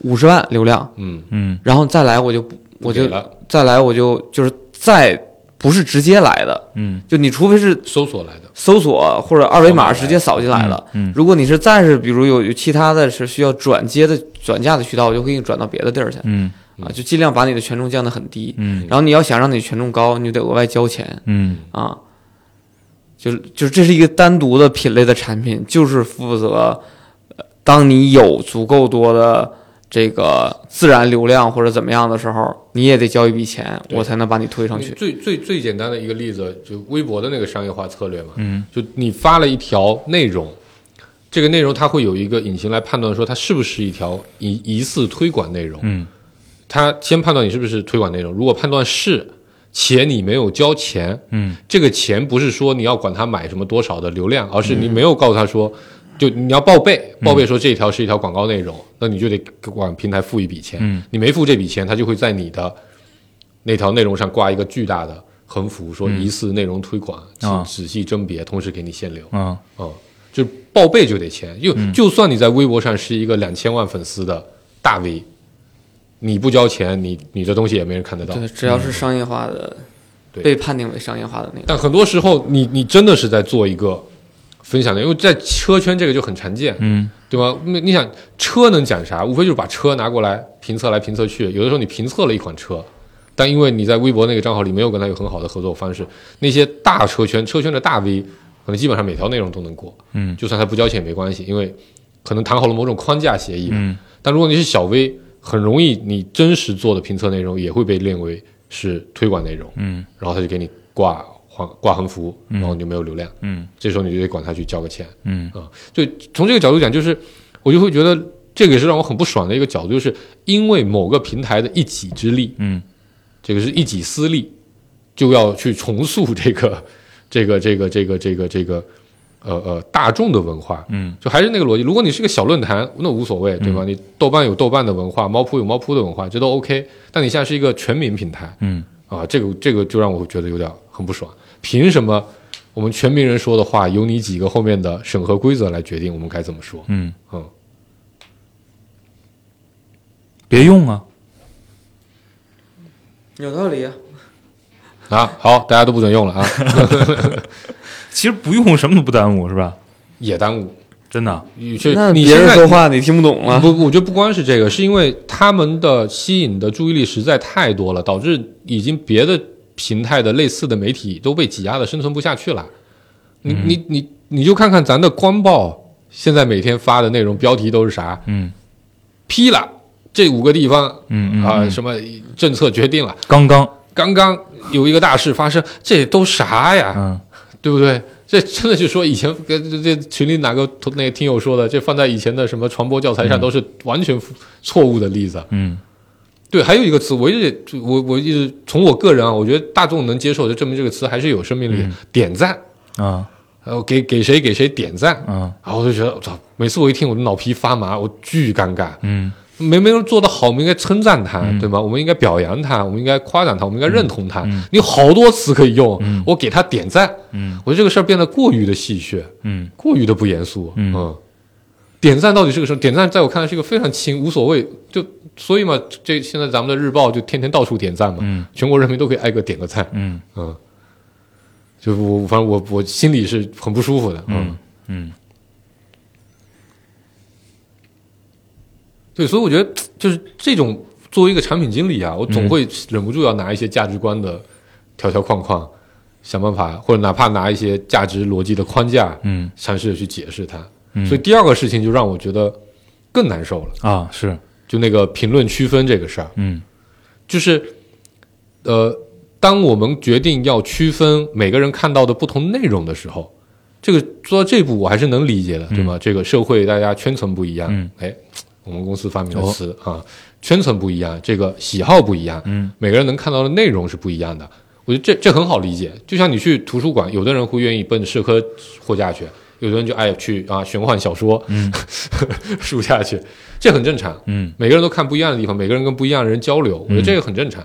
[SPEAKER 3] 五十万流量，
[SPEAKER 5] 嗯，
[SPEAKER 4] 嗯
[SPEAKER 3] 然后再来我就不我
[SPEAKER 5] 给
[SPEAKER 3] 就
[SPEAKER 5] 了
[SPEAKER 3] 再来我就就是再不是直接来的，
[SPEAKER 4] 嗯，
[SPEAKER 3] 就你除非是
[SPEAKER 5] 搜索来的，
[SPEAKER 3] 搜索或者二维
[SPEAKER 5] 扫码
[SPEAKER 3] 码
[SPEAKER 5] 来
[SPEAKER 3] 直接扫进来了。
[SPEAKER 4] 嗯，嗯
[SPEAKER 3] 如果你是再是比如有有其他的是需要转接的转嫁的渠道，我就可以转到别的地儿去
[SPEAKER 4] 嗯
[SPEAKER 3] 啊，就尽量把你的权重降得很低。
[SPEAKER 4] 嗯
[SPEAKER 3] 然后你要想让你权重高，你就得额外交钱
[SPEAKER 4] 嗯
[SPEAKER 3] 啊。就是就是这是一个单独的品类的产品，就是负责，呃当你有足够多的这个自然流量或者怎么样的时候，你也得交一笔钱，
[SPEAKER 5] 对
[SPEAKER 3] 我才能把你推上
[SPEAKER 5] 你
[SPEAKER 3] 去。
[SPEAKER 5] 最最最简单的一个例子，就微博的那个商业化策略嘛，
[SPEAKER 4] 嗯，
[SPEAKER 5] 就你发了一条内容，这个内容它会有一个隐形来判断说它是不是一条疑疑似推广内容，
[SPEAKER 4] 嗯，
[SPEAKER 5] 它先判断你是不是推广内容，如果判断是，且你没有交钱，
[SPEAKER 4] 嗯，
[SPEAKER 5] 这个钱不是说你要管他买什么多少的流量，而是你没有告诉他说。就你要报备，
[SPEAKER 4] 嗯
[SPEAKER 5] 报备说这条是一条广告内容，那你就得管平台付一笔钱。
[SPEAKER 4] 嗯
[SPEAKER 5] 你没付这笔钱，他就会在你的那条内容上挂一个巨大的横幅，说疑似内容推广，请
[SPEAKER 4] 啊
[SPEAKER 5] 仔细甄别，同时给你限流。
[SPEAKER 4] 啊，
[SPEAKER 5] 嗯，就是报备就得钱，就、就算你在微博上是一个两千万粉丝的大 V，你不交钱，你你这东西也没人看得到。
[SPEAKER 3] 对，只要是商业化的，
[SPEAKER 5] 对
[SPEAKER 3] 被判定为商业化的那个，
[SPEAKER 5] 但很多时候你，你真的是在做一个分享的，因为在车圈这个就很常见，
[SPEAKER 4] 嗯
[SPEAKER 5] 对吧？那你想车能讲啥？无非就是把车拿过来评测来评测去。有的时候你评测了一款车，但因为你在微博那个账号里没有跟他有很好的合作方式，那些大车圈车圈的大 V 可能基本上每条内容都能过，
[SPEAKER 4] 嗯
[SPEAKER 5] 就算他不交钱也没关系，因为可能谈好了某种框架协议嘛。
[SPEAKER 4] 嗯
[SPEAKER 5] 但如果你是小 V，很容易你真实做的评测内容也会被列为是推广内容，
[SPEAKER 4] 嗯
[SPEAKER 5] 然后他就给你挂横挂横幅，然后你就没有流量，
[SPEAKER 4] 嗯
[SPEAKER 5] 这时候你就得管他去交个钱。
[SPEAKER 4] 嗯
[SPEAKER 5] 对，从这个角度讲，就是我就会觉得这个也是让我很不爽的一个角度，就是因为某个平台的一己之力，
[SPEAKER 4] 嗯
[SPEAKER 5] 这个是一己私利，就要去重塑这个 这个这个这个这个这个呃呃大众的文化。
[SPEAKER 4] 嗯
[SPEAKER 5] 就还是那个逻辑，如果你是个小论坛，那无所
[SPEAKER 3] 嗯
[SPEAKER 5] 谓，对吧？你豆瓣有豆瓣的文化，猫扑有猫扑的文化，这都 OK。但你现在是一个全民平台
[SPEAKER 4] 嗯
[SPEAKER 5] 啊，这个这个就让我觉得有点很不爽。凭什么我们全民人说的话，由你几个后面的审核规则来决定我们该怎么说？
[SPEAKER 4] 嗯，
[SPEAKER 5] 嗯，
[SPEAKER 4] 别用啊，
[SPEAKER 3] 有道理啊。
[SPEAKER 5] 啊，好，大家都不准用 了啊，
[SPEAKER 4] 其实不用什么都不耽误，是吧？
[SPEAKER 5] 也耽误。
[SPEAKER 4] 真的，
[SPEAKER 5] 确
[SPEAKER 3] 那
[SPEAKER 5] 你
[SPEAKER 3] 别
[SPEAKER 5] 现
[SPEAKER 3] 人
[SPEAKER 5] 在
[SPEAKER 3] 说话你听不懂了，啊
[SPEAKER 5] 不，我觉得不光是这个，是因为他们的吸引的注意力实在太多了，导致已经别的平台的类似的媒体都被挤压的生存不下去了。你、
[SPEAKER 4] 嗯
[SPEAKER 5] 你你你就看看咱的官报，现在每天发的内容标题都是啥？
[SPEAKER 4] 嗯
[SPEAKER 5] 批了这五个地方啊、
[SPEAKER 4] 嗯嗯，嗯
[SPEAKER 5] 什么政策决定了，
[SPEAKER 4] 刚刚，
[SPEAKER 5] 刚刚有一个大事发生，这都啥呀？
[SPEAKER 4] 嗯
[SPEAKER 5] 对不对？这真的就说以前跟这这群里哪个同那个听友说的，这放在以前的什么传播教材上都是完全错误的例子。
[SPEAKER 4] 嗯
[SPEAKER 5] 对，还有一个词，我一直就我我一直从我个人啊，我觉得大众能接受，就证明这个词还是有生命力。的。点赞，
[SPEAKER 4] 啊
[SPEAKER 5] 然后给给谁给谁点赞，
[SPEAKER 4] 啊
[SPEAKER 5] 然后我就觉得我操，每次我一听我的脑皮发麻，我巨尴尬。
[SPEAKER 4] 嗯
[SPEAKER 5] 没没人做得好，我们应该称赞他，对吗？我们应该表扬他，我们应该夸奖他，我们应该认同他。你好多词可以用，我给他点赞，
[SPEAKER 4] 嗯
[SPEAKER 5] 我觉得这个事儿变得过于的戏谑。
[SPEAKER 4] 嗯
[SPEAKER 5] 过于的不严肃。
[SPEAKER 4] 嗯
[SPEAKER 5] 点赞到底是个什么？点赞在我看来是一个非常轻，无所谓。就所以嘛，这现在咱们的日报就天天到处点赞嘛，
[SPEAKER 4] 嗯
[SPEAKER 5] 全国人民都可以挨个点个赞。
[SPEAKER 4] 嗯
[SPEAKER 5] 嗯，就我反正我我心里是很不舒服的。
[SPEAKER 4] 嗯嗯
[SPEAKER 5] 对，所以我觉得就是这种作为一个产品经理啊，我总
[SPEAKER 4] 嗯
[SPEAKER 5] 会忍不住要拿一些价值观的条条框框，想办法，或者哪怕拿一些价值逻辑的框架，
[SPEAKER 4] 嗯
[SPEAKER 5] 尝试着去解释它。
[SPEAKER 4] 嗯
[SPEAKER 5] 所以第二个事情就让我觉得更难受了。
[SPEAKER 4] 啊是，
[SPEAKER 5] 就那个评论区分这个事儿，
[SPEAKER 4] 嗯
[SPEAKER 5] 就是，呃，当我们决定要区分每个人看到的不同内容的时候，这个做到这步我还是能理解的，对吗？这个社会大家圈层不一样，
[SPEAKER 4] 嗯哦
[SPEAKER 5] 哎，我们公司发明了词、啊，圈层不一样，这个喜好不一样，
[SPEAKER 4] 嗯
[SPEAKER 5] 每个人能看到的内容是不一样的。我觉得这这很好理解，就像你去图书馆，有的人会愿意奔社科货架去，有的人就爱去啊玄幻小说，
[SPEAKER 4] 嗯
[SPEAKER 5] 书架去，这很正常。
[SPEAKER 4] 嗯
[SPEAKER 5] 每个人都看不一样的地方，每个人跟不一样的人交流，我觉得这个很正常。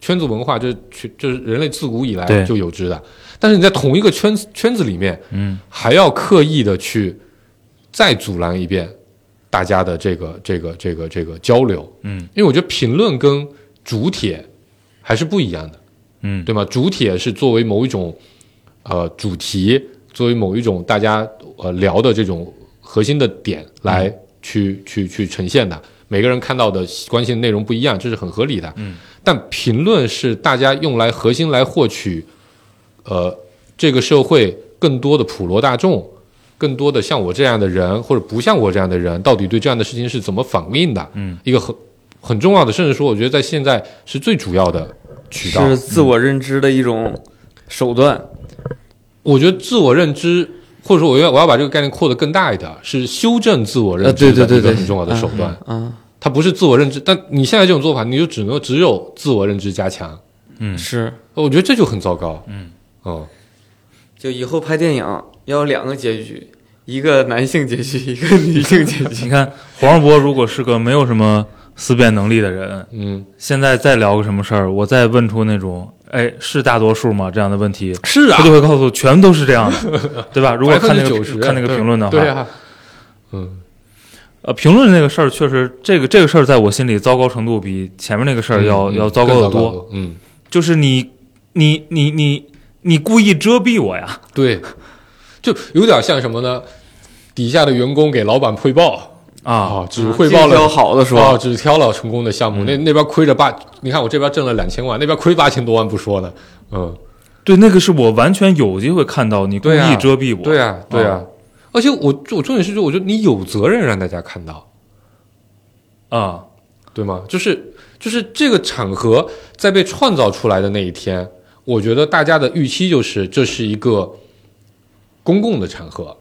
[SPEAKER 5] 圈子文化这是这是人类自古以
[SPEAKER 4] 对
[SPEAKER 5] 来就有之的，但是你在同一个圈子圈子里面，
[SPEAKER 4] 嗯
[SPEAKER 5] 还要刻意的去再阻拦一遍大家的这个这个这个这个交流，
[SPEAKER 4] 嗯
[SPEAKER 5] 因为我觉得评论跟主帖还是不一样的。
[SPEAKER 4] 嗯
[SPEAKER 5] 对吗？主帖是作为某一种呃主题，作为某一种大家呃聊的这种核心的点来
[SPEAKER 4] 嗯
[SPEAKER 5] 去、去去呈现的。每个人看到的关心的内容不一样，这是很合理的。
[SPEAKER 4] 嗯，
[SPEAKER 5] 但评论是大家用来核心来获取，呃，这个社会更多的普罗大众更多的像我这样的人，或者不像我这样的人，到底对这样的事情是怎么反应的？嗯，一个很很重要的，甚至说我觉得在现在是最主要的渠道。
[SPEAKER 3] 是自我认知的一种手段。
[SPEAKER 5] 我觉得自我认知，或者说我要我要把这个概念扩得更大一点，是修正自我
[SPEAKER 3] 呃，
[SPEAKER 5] 认
[SPEAKER 3] 对
[SPEAKER 5] 知
[SPEAKER 3] 对
[SPEAKER 5] 的
[SPEAKER 3] 对
[SPEAKER 5] 一个
[SPEAKER 3] 对，
[SPEAKER 5] 很重要的手段。
[SPEAKER 3] 嗯，
[SPEAKER 5] 它不是自我认知，但你现在这种做法，你就只能只有自我认知加强。
[SPEAKER 3] 嗯是。
[SPEAKER 5] 我觉得这就很糟糕。嗯，哦、
[SPEAKER 3] 就以后拍电影要有两个结局，一个男性结局，一个女性结局。
[SPEAKER 4] 你看黄世博如果是个没有什么思辨能力的人，
[SPEAKER 5] 嗯，
[SPEAKER 4] 现在再聊个什么事儿，我再问出那种哎是大多数吗这样的问题，
[SPEAKER 5] 是啊
[SPEAKER 4] 他就会告诉我全都是这样的，对啊吧？如果看那个
[SPEAKER 5] 90%
[SPEAKER 4] 看那个评论的话，
[SPEAKER 5] 对啊，嗯
[SPEAKER 4] 呃，评论那个事儿确实，这个这个事儿在我心里糟糕程度比前面那个事儿要、
[SPEAKER 5] 嗯
[SPEAKER 4] 要
[SPEAKER 5] 嗯
[SPEAKER 4] 糟
[SPEAKER 5] 更
[SPEAKER 4] 糕
[SPEAKER 5] 糟
[SPEAKER 4] 的多。
[SPEAKER 5] 多。嗯，
[SPEAKER 4] 就是你你你你你故意遮蔽我呀？
[SPEAKER 5] 对，就有点像什么呢？底下的员工给老板汇报
[SPEAKER 4] 啊，
[SPEAKER 5] 啊，只汇报
[SPEAKER 3] 这条
[SPEAKER 5] 了。
[SPEAKER 3] 好的
[SPEAKER 5] 哦，
[SPEAKER 3] 说，
[SPEAKER 5] 只挑了成功的项目，那那边亏着八，你看我这边挣了两千万，那边亏八千多万不说呢，嗯，
[SPEAKER 4] 对，那个是我完全有机会看到你故
[SPEAKER 5] 对啊
[SPEAKER 4] 意遮蔽我。
[SPEAKER 5] 对啊，对啊，而且我我重点是，我觉得你有责任让大家看到，
[SPEAKER 4] 啊，
[SPEAKER 5] 对吗？就是就是这个场合在被创造出来的那一天，我觉得大家的预期就是这是一个公共的场合，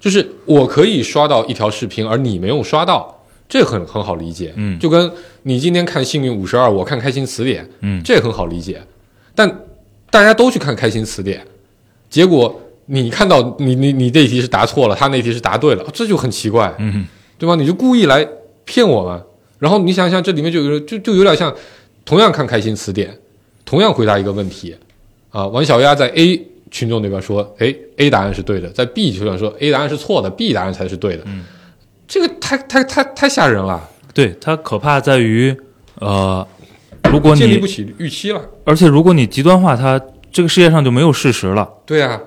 [SPEAKER 5] 就是我可以刷到一条视频，而你没有刷到，这很很好理解。
[SPEAKER 4] 嗯
[SPEAKER 5] 就跟你今天看《幸运五十二》，我看《开心词典》，
[SPEAKER 4] 嗯
[SPEAKER 5] 这也很好理解。但大家都去看《开心词典》，结果你看到你你你这一题是答错了，他那题是答对了，这就很奇怪。
[SPEAKER 4] 嗯，
[SPEAKER 5] 对吧？你就故意来骗我们。然后你想想，这里面就有就就有点像，同样看开心词典，同样回答一个问题，啊，王小丫在 A 群众那边说，哎，A 答案是对的，在 B 群众说 A 答案是错的，B 答案才是对的。嗯，这个太太太太吓人了，
[SPEAKER 4] 对，它可怕在于呃，如果
[SPEAKER 5] 建立
[SPEAKER 4] 你
[SPEAKER 5] 不起预期了。
[SPEAKER 4] 而且如果你极端化它，这个世界上就没有事实了，
[SPEAKER 5] 对啊，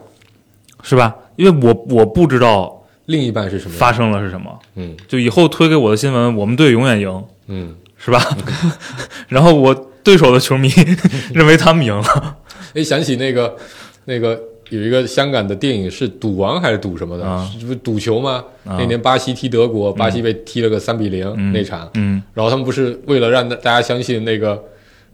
[SPEAKER 4] 是吧？因为我我不知道
[SPEAKER 5] 另一半是什么？
[SPEAKER 4] 发生了是什么，
[SPEAKER 5] 嗯
[SPEAKER 4] 就以后推给我的新闻，我们队永远赢，
[SPEAKER 5] 嗯，
[SPEAKER 4] 是吧？ 然后我对手的球迷 认为他们赢了，
[SPEAKER 5] 哎，想起那个那个有一个香港的电影是《赌王》还是赌什么的？
[SPEAKER 4] 啊
[SPEAKER 5] 是不是赌球吗？
[SPEAKER 4] 啊
[SPEAKER 5] 那年巴西踢德国，巴西被踢了个三比零、那场。
[SPEAKER 4] 嗯
[SPEAKER 5] 然后他们不是为了让大家相信那个、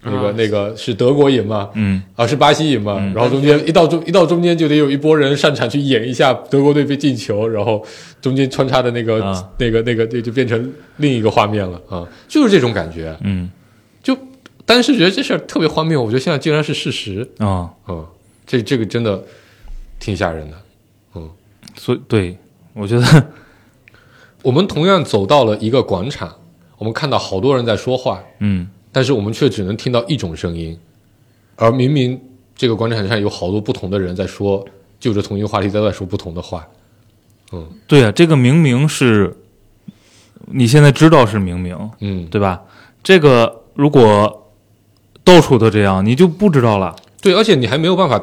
[SPEAKER 5] 那个、那个是德国赢
[SPEAKER 4] 啊
[SPEAKER 5] 吗？
[SPEAKER 4] 嗯，
[SPEAKER 5] 啊，是巴西赢吗？然后中间一到中一到中间就得有一波人上场去演一下德国队被进球，然后中间穿插的那个、
[SPEAKER 4] 啊
[SPEAKER 5] 那个那个，这就变成另一个画面了啊，就是这种感觉。
[SPEAKER 4] 嗯
[SPEAKER 5] 就当时觉得这事儿特别荒谬，我觉得现在竟然是事实
[SPEAKER 4] 啊、
[SPEAKER 5] 啊，这这个真的挺吓人的。
[SPEAKER 4] 所以对我觉得
[SPEAKER 5] 我们同样走到了一个广场，我们看到好多人在说话，
[SPEAKER 4] 嗯
[SPEAKER 5] 但是我们却只能听到一种声音，而明明这个广场上有好多不同的人在说，就着同一个话题都在说不同的话。
[SPEAKER 4] 对啊，这个明明是你现在知道是明明，
[SPEAKER 5] 嗯，
[SPEAKER 4] 对吧？这个如果到处都这样，你就不知道了，
[SPEAKER 5] 对，而且你还没有办法，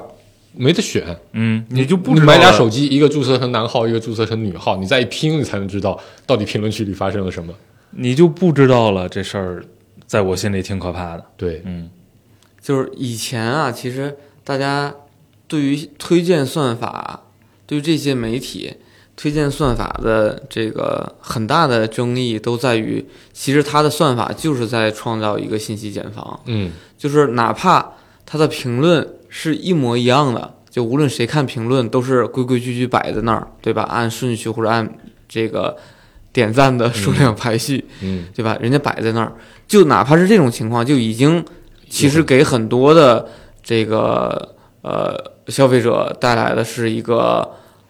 [SPEAKER 5] 没得选，
[SPEAKER 4] 嗯，你就不
[SPEAKER 5] 你
[SPEAKER 4] 知道
[SPEAKER 5] 买俩
[SPEAKER 4] 了
[SPEAKER 5] 手机，一个注册成男号，一个注册成女号，你再一拼，你才能知道到底评论区里发生了什么。
[SPEAKER 4] 你就不知道了，这事儿在我心里挺可怕的，
[SPEAKER 5] 对，
[SPEAKER 4] 嗯
[SPEAKER 3] 就是以前啊，其实大家对于推荐算法，对于这些媒体推荐算法的这个很大的争议，都在于其实它的算法就是在创造一个信息茧房。
[SPEAKER 5] 嗯
[SPEAKER 3] 就是哪怕他的评论是一模一样的，就无论谁看评论都是规规矩矩摆在那儿，对吧？按顺序或者按这个点赞的数量排序，
[SPEAKER 5] 嗯，
[SPEAKER 3] 对吧？人家摆在那儿，就哪怕是这种情况，就已经其实给很多的这个呃消费者带来的是一个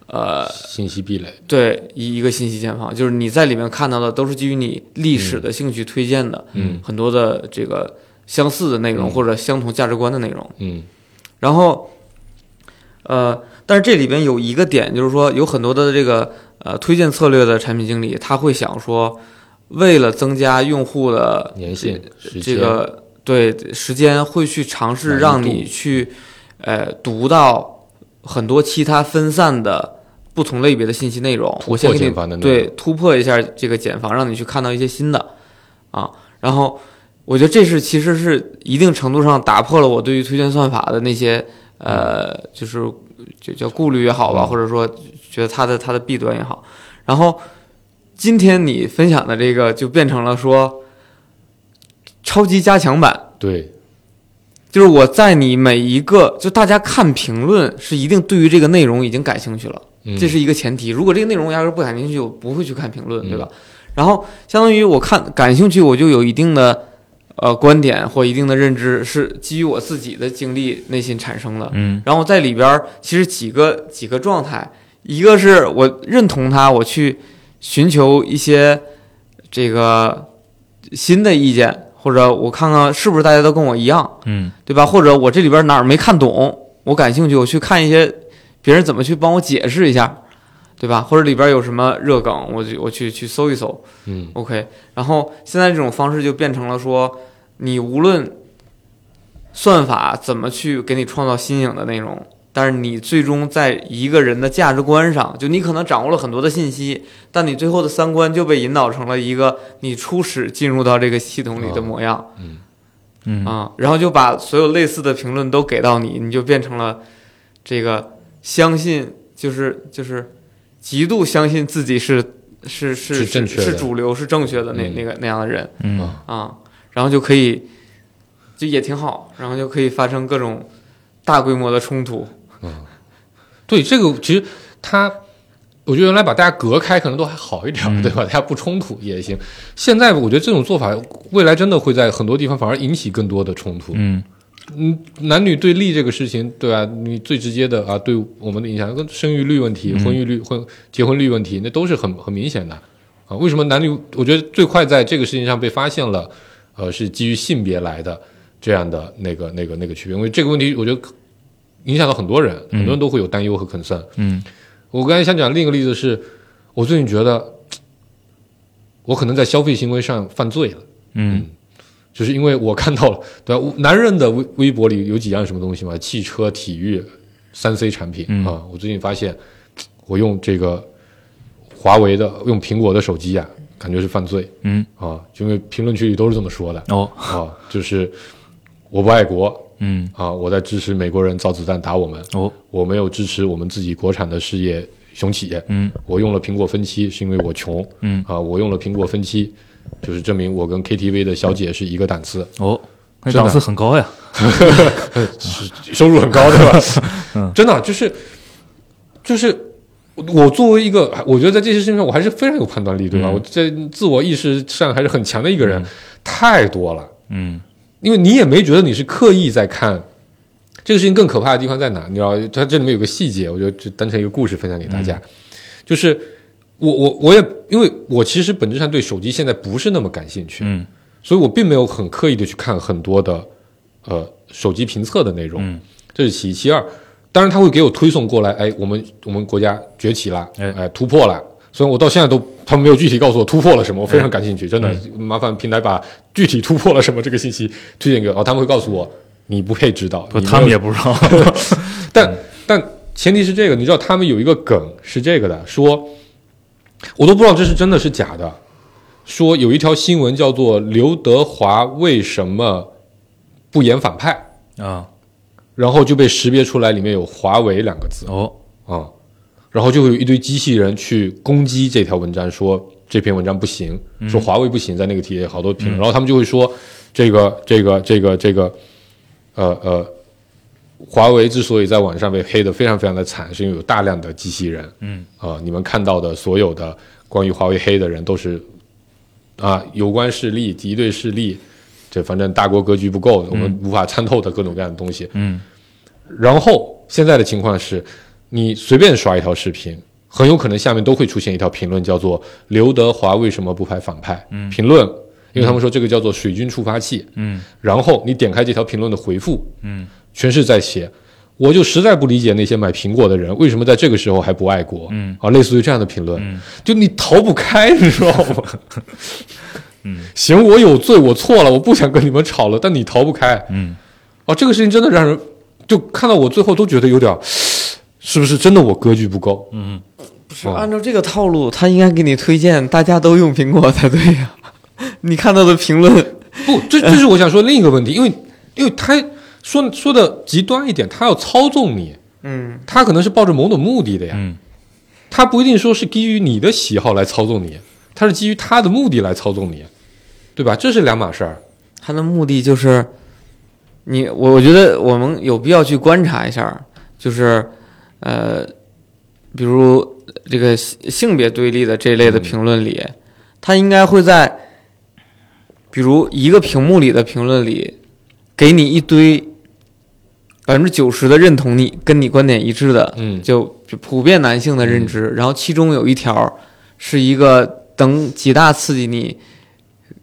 [SPEAKER 3] 呃
[SPEAKER 5] 信息壁垒。
[SPEAKER 3] 对一一个信息茧房，就是你在里面看到的都是基于你历史的兴趣推荐的，
[SPEAKER 5] 嗯
[SPEAKER 3] 很多的这个相似的内容
[SPEAKER 5] 嗯
[SPEAKER 3] 或者相同价值观的内容。
[SPEAKER 5] 嗯
[SPEAKER 3] 然后，呃，但是这里边有一个点，就是说有很多的这个呃推荐策略的产品经理，他会想说，为了增加用户的
[SPEAKER 5] 粘性时
[SPEAKER 3] 这
[SPEAKER 5] 间
[SPEAKER 3] 个对时间，会去尝试让
[SPEAKER 5] 难
[SPEAKER 3] 你
[SPEAKER 5] 度
[SPEAKER 3] 去呃读到很多其他分散的。不同类别的信息内容，
[SPEAKER 5] 突
[SPEAKER 3] 我先
[SPEAKER 5] 破
[SPEAKER 3] 给你
[SPEAKER 5] 茧房的内容
[SPEAKER 3] 对突破一下这个茧房，让你去看到一些新的啊。然后我觉得这是其实是一定程度上打破了我对于推荐算法的那些呃，就是就叫顾虑也好吧，或者说觉得它的它的弊端也好。然后今天你分享的这个就变成了说超级加强版，
[SPEAKER 5] 对，
[SPEAKER 3] 就是我在你每一个，就大家看评论是一定对于这个内容已经感兴趣了，
[SPEAKER 5] 嗯
[SPEAKER 3] 这是一个前提。如果这个内容我压根儿不感兴趣，我不会去看评论，
[SPEAKER 5] 嗯
[SPEAKER 3] 对吧？然后相当于我看感兴趣，我就有一定的呃观点或一定的认知，是基于我自己的经历内心产生的。
[SPEAKER 4] 嗯
[SPEAKER 3] 然后在里边儿其实几个几个状态，一个是我认同它，我去寻求一些这个新的意见，或者我看看是不是大家都跟我一样。
[SPEAKER 4] 嗯
[SPEAKER 3] 对吧？或者我这里边哪儿没看懂，我感兴趣，我去看一些别人怎么去帮我解释一下，对吧？或者里边有什么热梗，我就我去去搜一搜
[SPEAKER 5] 嗯
[SPEAKER 3] ，OK。然后现在这种方式就变成了说，你无论算法怎么去给你创造新颖的内容，但是你最终在一个人的价值观上，就你可能掌握了很多的信息，但你最后的三观就被引导成了一个你初始进入到这个系统里的模样。
[SPEAKER 5] 嗯，
[SPEAKER 4] 嗯
[SPEAKER 3] 啊，然后就把所有类似的评论都给到你，你就变成了这个相信，就是就是极度相信自己是是是
[SPEAKER 5] 是正确的
[SPEAKER 3] 是主流是正确的那、
[SPEAKER 5] 嗯
[SPEAKER 3] 那个那样的人
[SPEAKER 4] 嗯
[SPEAKER 5] 啊
[SPEAKER 3] 啊，然后就可以就也挺好，然后就可以发生各种大规模的冲突，
[SPEAKER 5] 对，这个其实它，我觉得原来把大家隔开可能都还好一点，
[SPEAKER 4] 嗯
[SPEAKER 5] 对吧？大家不冲突也行。现在我觉得这种做法，未来真的会在很多地方反而引起更多的冲突。
[SPEAKER 4] 嗯
[SPEAKER 5] 嗯，男女对立这个事情，对吧、你最直接的啊，对我们的影响，跟生育率问题、婚育率、婚结婚率问题，那都是很很明显的啊。为什么男女？我觉得最快在这个事情上被发现了，呃，是基于性别来的这样的那个那个那个区别，因为这个问题，我觉得影响到很多人，很多人都会有担忧和 concern。
[SPEAKER 4] 嗯
[SPEAKER 5] 我刚才想讲另一个例子是，我最近觉得我可能在消费行为上犯罪了。
[SPEAKER 4] 嗯
[SPEAKER 5] 就是因为我看到了，对吧？我男人的微微博里有几样什么东西嘛？汽车、体育、三 C 产品、
[SPEAKER 4] 嗯
[SPEAKER 5] 啊。我最近发现，我用这个华为的、用苹果的手机啊，感觉是犯罪
[SPEAKER 4] 嗯
[SPEAKER 5] 啊，就因为评论区里都是这么说的
[SPEAKER 4] 哦
[SPEAKER 5] 啊，就是我不爱国
[SPEAKER 4] 嗯
[SPEAKER 5] 啊，我在支持美国人造子弹打我们，
[SPEAKER 4] 哦
[SPEAKER 5] 我没有支持我们自己国产的事业雄起，
[SPEAKER 4] 嗯
[SPEAKER 5] 我用了苹果分期是因为我穷
[SPEAKER 4] 嗯
[SPEAKER 5] 啊，我用了苹果分期就是证明我跟 KTV 的小姐是一个档次。
[SPEAKER 4] 哦，那
[SPEAKER 5] 真
[SPEAKER 4] 档
[SPEAKER 5] 的
[SPEAKER 4] 次很高呀。
[SPEAKER 5] 收入很高，对吧？
[SPEAKER 4] 嗯
[SPEAKER 5] 真的啊就是就是我我作为一个，我觉得在这些事情上我还是非常有判断力，对吧？
[SPEAKER 4] 嗯
[SPEAKER 5] 我在自我意识上还是很强的一个人，太多了，
[SPEAKER 4] 嗯
[SPEAKER 5] 因为你也没觉得你是刻意在看。这个事情更可怕的地方在哪？你知道，它这里面有个细节，我就就当成一个故事分享给大家，就是我我我也因为我其实本质上对手机现在不是那么感兴趣，
[SPEAKER 4] 嗯
[SPEAKER 5] 所以我并没有很刻意的去看很多的呃手机评测的内容，
[SPEAKER 4] 嗯
[SPEAKER 5] 这是其一。其二，当然他会给我推送过来，哎，我们我们国家崛起了，
[SPEAKER 4] 哎
[SPEAKER 5] 哎、突破了。虽然我到现在都他们没有具体告诉我突破了什
[SPEAKER 4] 哎
[SPEAKER 5] 么，我非常感兴趣，真的，
[SPEAKER 4] 嗯
[SPEAKER 5] 麻烦平台把具体突破了什么这个信息推荐给我，哦，他们会告诉我你不配知道，
[SPEAKER 4] 不，
[SPEAKER 5] 你没
[SPEAKER 4] 他们
[SPEAKER 5] 有
[SPEAKER 4] 也不知道。
[SPEAKER 5] 但但前提是这个，你知道他们有一个梗是这个的，说我都不知道这是真的是假的，说有一条新闻叫做刘德华为什么不演反派，
[SPEAKER 4] 啊
[SPEAKER 5] 然后就被识别出来里面有华为两个字
[SPEAKER 4] 哦
[SPEAKER 5] 啊、然后就会有一堆机器人去攻击这条文章，说这篇文章不行，
[SPEAKER 4] 嗯
[SPEAKER 5] 说华为不行，在那个题好多评论，然后他们就会说这个这个这个这个，呃呃，华为之所以在网上被黑的非常非常的惨，是因为有大量的机器人，
[SPEAKER 4] 嗯
[SPEAKER 5] 啊、你们看到的所有的关于华为黑的人都是啊有关势力、敌对势力，这反正大国格局不够，我们无法参透的各种各样的东西，
[SPEAKER 4] 嗯
[SPEAKER 5] 然后现在的情况是，你随便刷一条视频，很有可能下面都会出现一条评论，叫做“刘德华为什么不拍反派”评论，因为他们说这个叫做水军触发器。
[SPEAKER 4] 嗯
[SPEAKER 5] 然后你点开这条评论的回复，
[SPEAKER 4] 嗯
[SPEAKER 5] 全是在写。我就实在不理解那些买苹果的人为什么在这个时候还不爱国，
[SPEAKER 4] 嗯
[SPEAKER 5] 啊，类似于这样的评论，就你逃不开，你知道吗？
[SPEAKER 4] 嗯，
[SPEAKER 5] 行，我有罪，我错了，我不想跟你们吵了，但你逃不开，
[SPEAKER 4] 嗯
[SPEAKER 5] 哦，这个事情真的让人就看到我最后都觉得有点儿，是不是真的我格局不够？
[SPEAKER 4] 嗯
[SPEAKER 3] 不是
[SPEAKER 5] 哦
[SPEAKER 3] 按照这个套路，他应该给你推荐大家都用苹果才对呀、 你看到的评论，
[SPEAKER 5] 不，这这是我想说另一个问题，因为因为他说说的极端一点，他要操纵你，
[SPEAKER 3] 嗯
[SPEAKER 5] 他可能是抱着某种目的的呀，
[SPEAKER 4] 嗯
[SPEAKER 5] 他不一定说是基于你的喜好来操纵你，他是基于他的目的来操纵你，对吧？这是两码事儿。
[SPEAKER 3] 他的目的就是，你我我觉得我们有必要去观察一下，就是，呃，比如呃这个性性别对立的这类的评论里，他应该会在，比如一个屏幕里的评论里，给你一堆百分之九十的认同你跟你观点一致的，
[SPEAKER 5] 嗯
[SPEAKER 3] 就就普遍男性的认知，然后其中有一条是一个能极大刺激你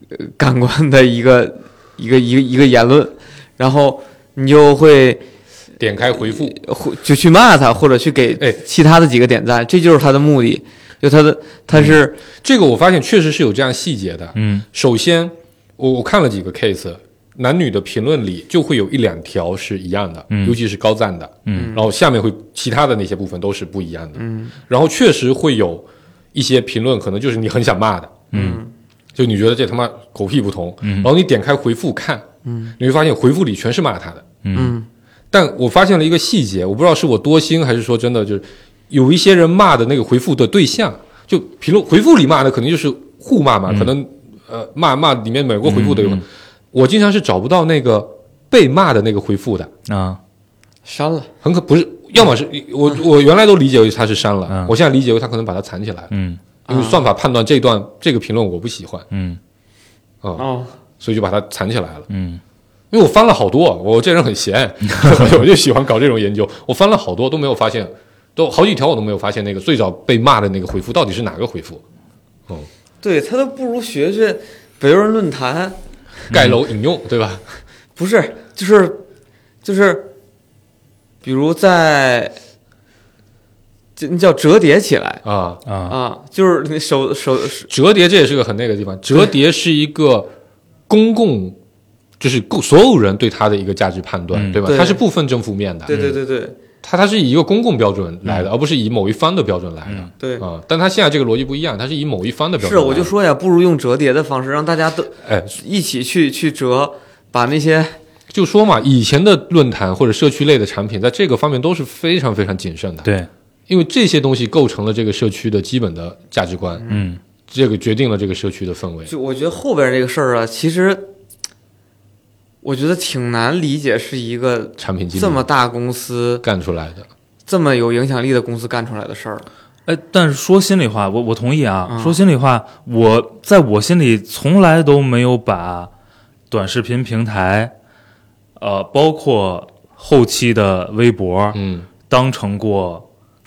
[SPEAKER 3] 呃感官的一个一个一个一个言论，然后你就会
[SPEAKER 5] 点开回复，
[SPEAKER 3] 会就去骂他，或者去给
[SPEAKER 5] 哎
[SPEAKER 3] 其他的几个点赞，这就是他的目的，就他的他是
[SPEAKER 5] 这个我发现确实是有这样细节的。
[SPEAKER 4] 嗯
[SPEAKER 5] 首先，我我看了几个 case，男女的评论里就会有一两条是一样的，
[SPEAKER 4] 嗯
[SPEAKER 5] 尤其是高赞的，
[SPEAKER 4] 嗯，
[SPEAKER 5] 然后下面会其他的那些部分都是不一样的，嗯，然后确实会有一些评论，可能就是你很想骂的，
[SPEAKER 4] 嗯，
[SPEAKER 5] 就你觉得这他妈狗屁不通，
[SPEAKER 4] 嗯
[SPEAKER 5] 然后你点开回复看，嗯，你会发现回复里全是骂他的，
[SPEAKER 3] 嗯
[SPEAKER 5] 但我发现了一个细节，我不知道是我多心还是说真的，就是有一些人骂的那个回复的对象，就评论回复里骂的肯定就是互骂嘛，可能呃骂骂里面每个回复都有。
[SPEAKER 4] 嗯嗯嗯
[SPEAKER 5] 我经常是找不到那个被骂的那个回复的，
[SPEAKER 4] 啊
[SPEAKER 3] 删了，
[SPEAKER 5] 很可不是，要么是我我原来都理解为他是删了，
[SPEAKER 4] 嗯
[SPEAKER 5] 我现在理解为他可能把它藏起来了，
[SPEAKER 4] 嗯
[SPEAKER 5] 因为算法判断这段这个评论我不喜欢
[SPEAKER 4] 嗯
[SPEAKER 5] 啊、
[SPEAKER 3] 哦，
[SPEAKER 5] 所以就把它藏起来了。
[SPEAKER 4] 嗯
[SPEAKER 5] 因为我翻了好多，我这人 很闲， 我就喜欢搞这种研究。我翻了好多都没有发现，都好几条我都没有发现那个最早被骂的那个回复到底是哪个回复。
[SPEAKER 3] 对他都不如学学北欧人论坛，嗯
[SPEAKER 5] 盖楼引用对吧？
[SPEAKER 3] 不是就是就是，比如在这那叫折叠起来
[SPEAKER 5] 啊，
[SPEAKER 4] 啊
[SPEAKER 3] 啊，就是那手手手
[SPEAKER 5] 折叠这也是个很那个地方。折叠是一个公共，就是共所有人对它的一个价值判断，
[SPEAKER 4] 嗯
[SPEAKER 5] 对吧？
[SPEAKER 3] 对
[SPEAKER 5] 它是不分正负面的，
[SPEAKER 3] 对对对对
[SPEAKER 5] 它它是以一个公共标准来的，而不是以某一方的标准来的。啊、
[SPEAKER 3] 对。
[SPEAKER 5] 但它现在这个逻辑不一样，它是以某一方的标
[SPEAKER 3] 是，
[SPEAKER 5] 准来的。
[SPEAKER 3] 我就说呀，不如用折叠的方式，让大家都
[SPEAKER 5] 哎，
[SPEAKER 3] 一起去去折，把那些
[SPEAKER 5] 就说嘛，以前的论坛或者社区类的产品，在这个方面都是非常非常谨慎的，
[SPEAKER 4] 对
[SPEAKER 5] 因为这些东西构成了这个社区的基本的价值观，
[SPEAKER 4] 嗯
[SPEAKER 5] 这个决定了这个社区的氛围。
[SPEAKER 3] 就我觉得后边这个事儿啊，其实我觉得挺难理解，是一个
[SPEAKER 5] 产品经理
[SPEAKER 3] 这么大公司、
[SPEAKER 5] 干出来的，
[SPEAKER 3] 这么有影响力的公司干出来的事儿。
[SPEAKER 4] 哎，但是说心里话，我我同意啊。
[SPEAKER 3] 嗯
[SPEAKER 4] 说心里话，我在我心里从来都没有把短视频平台，呃，包括后期的微博，
[SPEAKER 5] 嗯
[SPEAKER 4] 当成过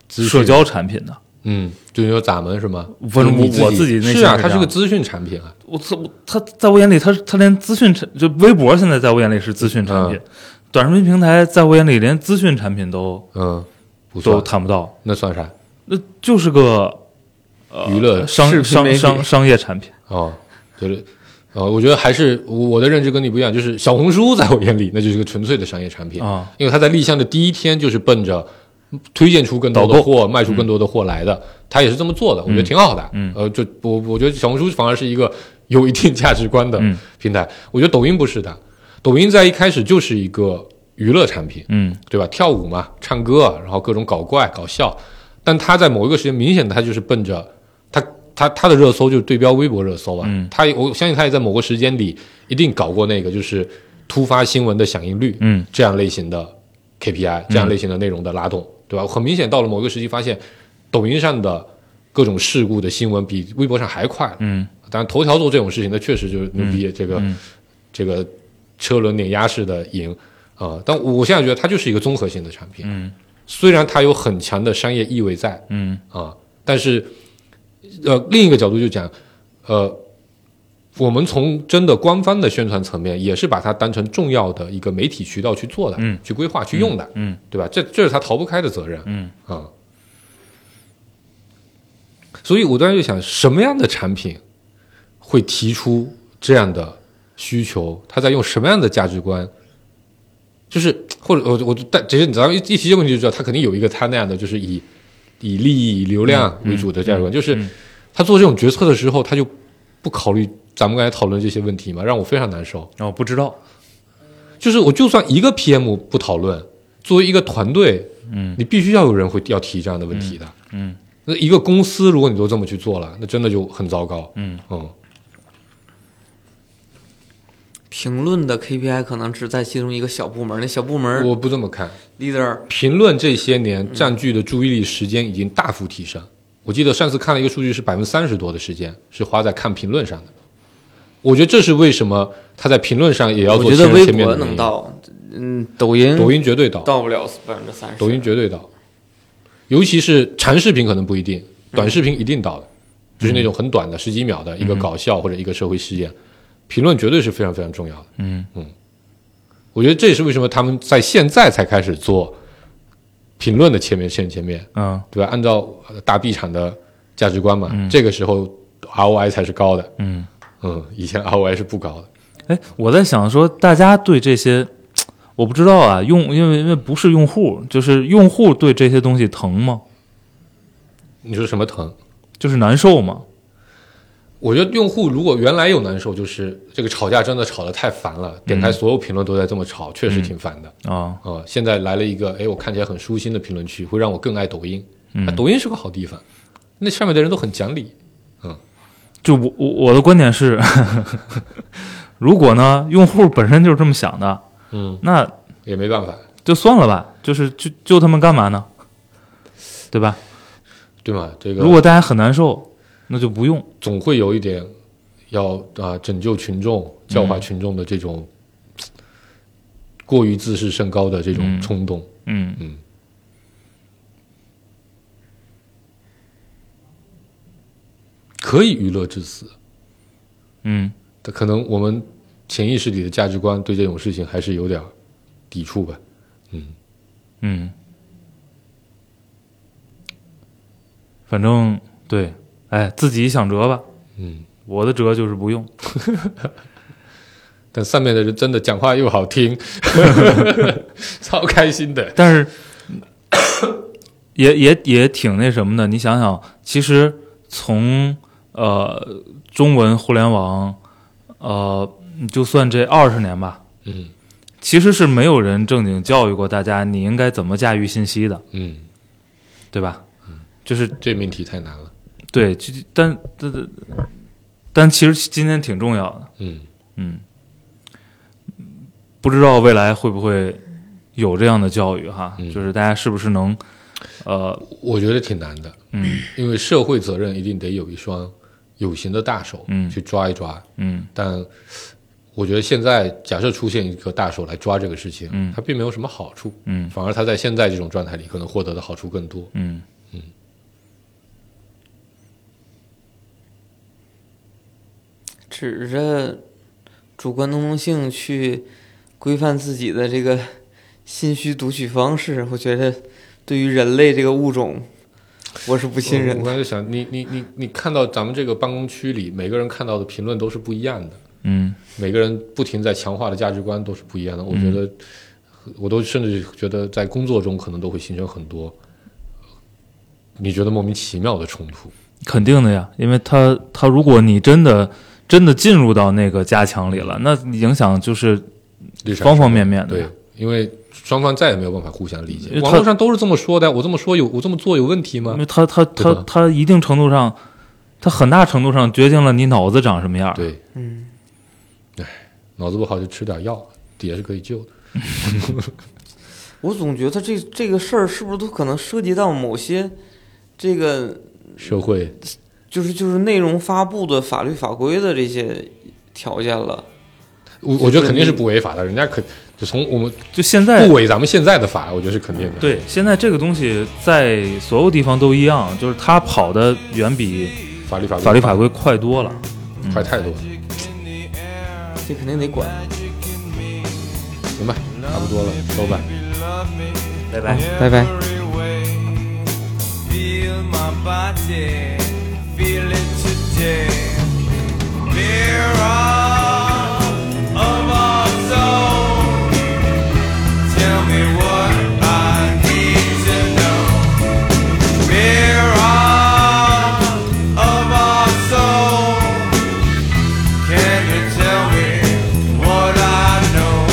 [SPEAKER 5] 资讯
[SPEAKER 4] 社交产品的。
[SPEAKER 5] 嗯，就是说咱们是吗？
[SPEAKER 4] 不是
[SPEAKER 5] 就你
[SPEAKER 4] 我我自己内心
[SPEAKER 5] 是啊，
[SPEAKER 4] 是这样
[SPEAKER 5] 它是个资讯产品啊，
[SPEAKER 4] 我操，我他在我眼里，他他连资讯产就微博现在在我眼里是资讯产品，
[SPEAKER 3] 嗯
[SPEAKER 4] 短视频平台在我眼里连资讯产品都
[SPEAKER 5] 嗯，不
[SPEAKER 4] 都
[SPEAKER 5] 算，
[SPEAKER 4] 谈不到，
[SPEAKER 5] 那算啥？
[SPEAKER 4] 那就是个
[SPEAKER 5] 娱乐
[SPEAKER 3] 呃视
[SPEAKER 4] 商
[SPEAKER 3] 频媒
[SPEAKER 4] 商
[SPEAKER 3] 体
[SPEAKER 4] 商商业产品。
[SPEAKER 5] 哦，就是。呃，我觉得还是我我的认知跟你不一样，就是小红书在我眼里那就是个纯粹的商业产品
[SPEAKER 4] 啊，
[SPEAKER 5] 因为它在立项的第一天就是奔着推荐出更多的
[SPEAKER 4] 导购
[SPEAKER 5] 货、卖出更多的货来的，它也是这么做的，我觉得挺好的。
[SPEAKER 4] 嗯
[SPEAKER 5] 呃，就我我觉得小红书反而是一个有一定价值观的
[SPEAKER 4] 嗯
[SPEAKER 5] 平台，我觉得抖音不是的，抖音在一开始就是一个娱乐产品，
[SPEAKER 4] 嗯
[SPEAKER 5] 对吧？跳舞嘛，唱歌，然后各种搞怪搞笑，但他在某一个时间，明显的他就是奔着他他他的热搜就是对标微博热搜啊。
[SPEAKER 4] 嗯
[SPEAKER 5] 他也我相信他也在某个时间里一定搞过那个就是突发新闻的响应率，
[SPEAKER 4] 嗯
[SPEAKER 5] 这样类型的 KPI，这样类型的内容的拉动，对吧？很明显，到了某个时期，发现抖音上的各种事故的新闻比微博上还快了。
[SPEAKER 4] 嗯
[SPEAKER 5] 当然，头条做这种事情，那确实就是牛逼，这个、
[SPEAKER 4] 嗯
[SPEAKER 5] 这个车轮碾压式的赢啊、呃但我现在觉得它就是一个综合性的产品，
[SPEAKER 4] 嗯
[SPEAKER 5] 虽然它有很强的商业意味在
[SPEAKER 4] 嗯
[SPEAKER 5] 啊、但是呃，另一个角度就讲，呃，我们从真的官方的宣传层面，也是把它当成重要的一个媒体渠道去做的，
[SPEAKER 4] 嗯
[SPEAKER 5] 去规划、去用的，
[SPEAKER 4] 嗯
[SPEAKER 5] 对吧？这这是他逃不开的责任，
[SPEAKER 4] 嗯
[SPEAKER 5] 啊、所以我当时就想，什么样的产品会提出这样的需求？他在用什么样的价值观？就是或者我我但其实你只要一一提这个问题就知道，他肯定有一个他那样的，就是以以利益、以流量
[SPEAKER 4] 嗯
[SPEAKER 5] 为主的价值观。就是他做这种决策的时候，他就不考虑咱们刚才讨论这些问题嘛，让我非常难受。
[SPEAKER 4] 哦，不知道，
[SPEAKER 5] 就是我就算一个 PM 不讨论，作为一个团队，
[SPEAKER 4] 嗯
[SPEAKER 5] 你必须要有人会要提这样的问题的。
[SPEAKER 4] 嗯
[SPEAKER 5] 那一个公司，如果你都这么去做了，那真的就很糟糕。
[SPEAKER 4] 嗯，
[SPEAKER 5] 嗯，
[SPEAKER 3] 评论的 KPI 可能只在其中一个小部门，那小部门
[SPEAKER 5] 我不这么看。
[SPEAKER 3] leader
[SPEAKER 5] 评论这些年占据的注意力时间已经大幅提升。我记得上次看了一个数据是百分之三十多的时间是花在看评论上的。我觉得这是为什么他在评论上也要
[SPEAKER 3] 我
[SPEAKER 5] 做
[SPEAKER 3] 觉
[SPEAKER 5] 千
[SPEAKER 3] 得
[SPEAKER 5] 人
[SPEAKER 3] 微
[SPEAKER 5] 千面
[SPEAKER 3] 博
[SPEAKER 5] 的原
[SPEAKER 3] 能
[SPEAKER 5] 因，
[SPEAKER 3] 到，嗯，抖音
[SPEAKER 5] 抖音绝对到，
[SPEAKER 3] 到不了百分之三十，
[SPEAKER 5] 抖音绝对到，尤其是长视频可能不一定，短视频一定到的，就是那种很短的十几秒的
[SPEAKER 4] 嗯
[SPEAKER 5] 一个搞笑或者一个社会事件，评论绝对是非常非常重要的。
[SPEAKER 4] 嗯
[SPEAKER 5] 我觉得这也是为什么他们在现在才开始做评论的切面线切面，
[SPEAKER 4] 嗯
[SPEAKER 5] 对吧？按照呃大 B 厂的价值观嘛，这个时候 ROI 才是高的。
[SPEAKER 4] 嗯。
[SPEAKER 5] 嗯，以前 ROI 是不高的。
[SPEAKER 4] 哎，我在想说，大家对这些，我不知道啊，用因为因为不是用户，就是用户对这些东西疼吗？
[SPEAKER 5] 你说什么疼？
[SPEAKER 4] 就是难受吗？
[SPEAKER 5] 我觉得用户如果原来有难受，就是这个吵架真的吵得太烦
[SPEAKER 4] 嗯
[SPEAKER 5] 了，点开所有评论都在这么吵，确实挺烦的。
[SPEAKER 4] 啊，
[SPEAKER 5] 啊、现在来了一个，哎，我看起来很舒心的评论区，会让我更爱抖音。
[SPEAKER 4] 嗯
[SPEAKER 5] 啊抖音是个好地方，那上面的人都很讲理。
[SPEAKER 4] 就我我我的观点是， 如果呢用户本身就是这么想的，
[SPEAKER 5] 嗯，
[SPEAKER 4] 那
[SPEAKER 5] 也没办法，
[SPEAKER 4] 就算了吧，就是就就他们干嘛呢？对吧？
[SPEAKER 5] 对吗？这个
[SPEAKER 4] 如果大家很难受，那就不用。
[SPEAKER 5] 总会有一点要啊、拯救群众、教化群众的这种、过于自视甚高的这种
[SPEAKER 4] 嗯
[SPEAKER 5] 冲动。
[SPEAKER 4] 嗯
[SPEAKER 5] 嗯可以娱乐至死，
[SPEAKER 4] 嗯
[SPEAKER 5] 但可能我们潜意识里的价值观对这种事情还是有点抵触吧。
[SPEAKER 4] 嗯，反正对，哎，自己想辙吧。
[SPEAKER 5] 嗯，
[SPEAKER 4] 我的辙就是不用。
[SPEAKER 5] 但上面的人真的讲话又好听， 超开心的。
[SPEAKER 4] 但是也也也挺那什么的。你想想，其实从呃中文互联网，呃，就算这二十年吧，
[SPEAKER 5] 嗯
[SPEAKER 4] 其实是没有人正经教育过大家你应该怎么驾驭信息的，
[SPEAKER 5] 嗯，
[SPEAKER 4] 对吧？就是
[SPEAKER 5] 这命题太难了。
[SPEAKER 4] 对，就就但但但但其实今天挺重要的，
[SPEAKER 5] 嗯，
[SPEAKER 4] 嗯，不知道未来会不会有这样的教育哈，
[SPEAKER 5] 嗯
[SPEAKER 4] 就是大家是不是能，呃，
[SPEAKER 5] 我觉得挺难的，
[SPEAKER 4] 嗯
[SPEAKER 5] 因为社会责任一定得有一双有形的大手，
[SPEAKER 4] 嗯
[SPEAKER 5] 去抓一抓。
[SPEAKER 4] 嗯
[SPEAKER 5] 但我觉得现在假设出现一个大手来抓这个事情，
[SPEAKER 4] 嗯
[SPEAKER 5] 它并没有什么好处，
[SPEAKER 4] 嗯
[SPEAKER 5] 反而它在现在这种状态里可能获得的好处更多。
[SPEAKER 4] 嗯
[SPEAKER 5] 嗯，
[SPEAKER 3] 指着主观能动性去规范自己的这个信息读取方式，我觉得对于人类这个物种，我是不信任的。
[SPEAKER 5] 我刚才就想，你你你你看到咱们这个办公区里，每个人看到的评论都是不一样的，
[SPEAKER 4] 嗯
[SPEAKER 5] 每个人不停在强化的价值观都是不一样的。我觉得，我都甚至觉得在工作中可能都会形成很多你觉得莫名其妙的冲突。
[SPEAKER 4] 肯定的呀，因为他他如果你真的真的进入到那个加强里了，那影响就是
[SPEAKER 5] 绿茶
[SPEAKER 4] 方方
[SPEAKER 5] 是
[SPEAKER 4] 面面的
[SPEAKER 5] 对
[SPEAKER 4] 呀。，
[SPEAKER 5] 因为双方再也没有办法互相理解
[SPEAKER 4] 因为。他
[SPEAKER 5] 网络上都是这么说的，我这么说有我这么做有问题吗
[SPEAKER 4] 因为？他他他
[SPEAKER 5] 对的
[SPEAKER 4] 他一定程度上，他很大程度上决定了你脑子长什么样。，
[SPEAKER 5] 对，
[SPEAKER 3] 嗯，
[SPEAKER 5] 脑子不好就吃点药，也是可以救的。
[SPEAKER 3] 我总觉得这这个事儿是不是都可能涉及到某些这个
[SPEAKER 5] 社会
[SPEAKER 3] 就是就是内容发布的法律法规的这些条件了。
[SPEAKER 5] 我
[SPEAKER 3] 就是
[SPEAKER 5] 我觉得肯定是
[SPEAKER 3] 你
[SPEAKER 5] 不违法的，人家可就从我们
[SPEAKER 4] 就现在
[SPEAKER 5] 不违咱们现在的法，我觉得是肯定的。，
[SPEAKER 4] 哎对现在这个东西在所有地方都一样，就是他跑的远比
[SPEAKER 5] 法律法
[SPEAKER 4] 法律法规快多了。
[SPEAKER 5] 快太多了，
[SPEAKER 3] 这肯定得管。
[SPEAKER 4] 嗯
[SPEAKER 5] 行吧，差不多了，收吧。
[SPEAKER 4] 拜拜。
[SPEAKER 3] 拜拜。
[SPEAKER 2] every way. Feel my body, feel it today. Mirror of our soul. Tell me what I need to know. Mirror of our soul. Can you tell me what I know?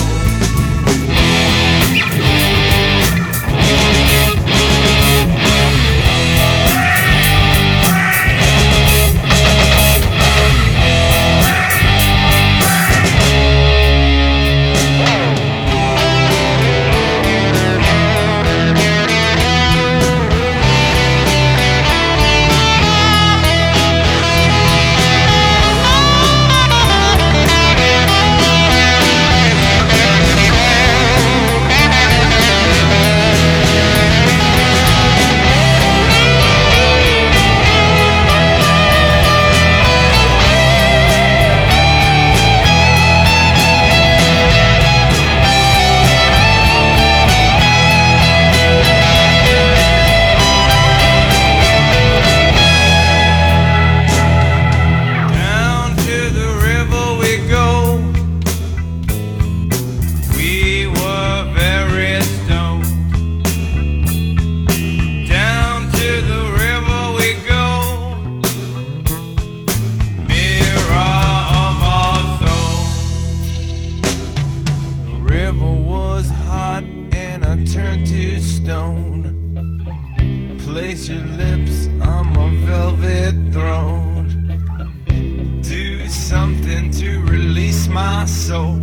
[SPEAKER 2] something to release my soul.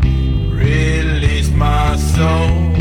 [SPEAKER 2] Release my soul.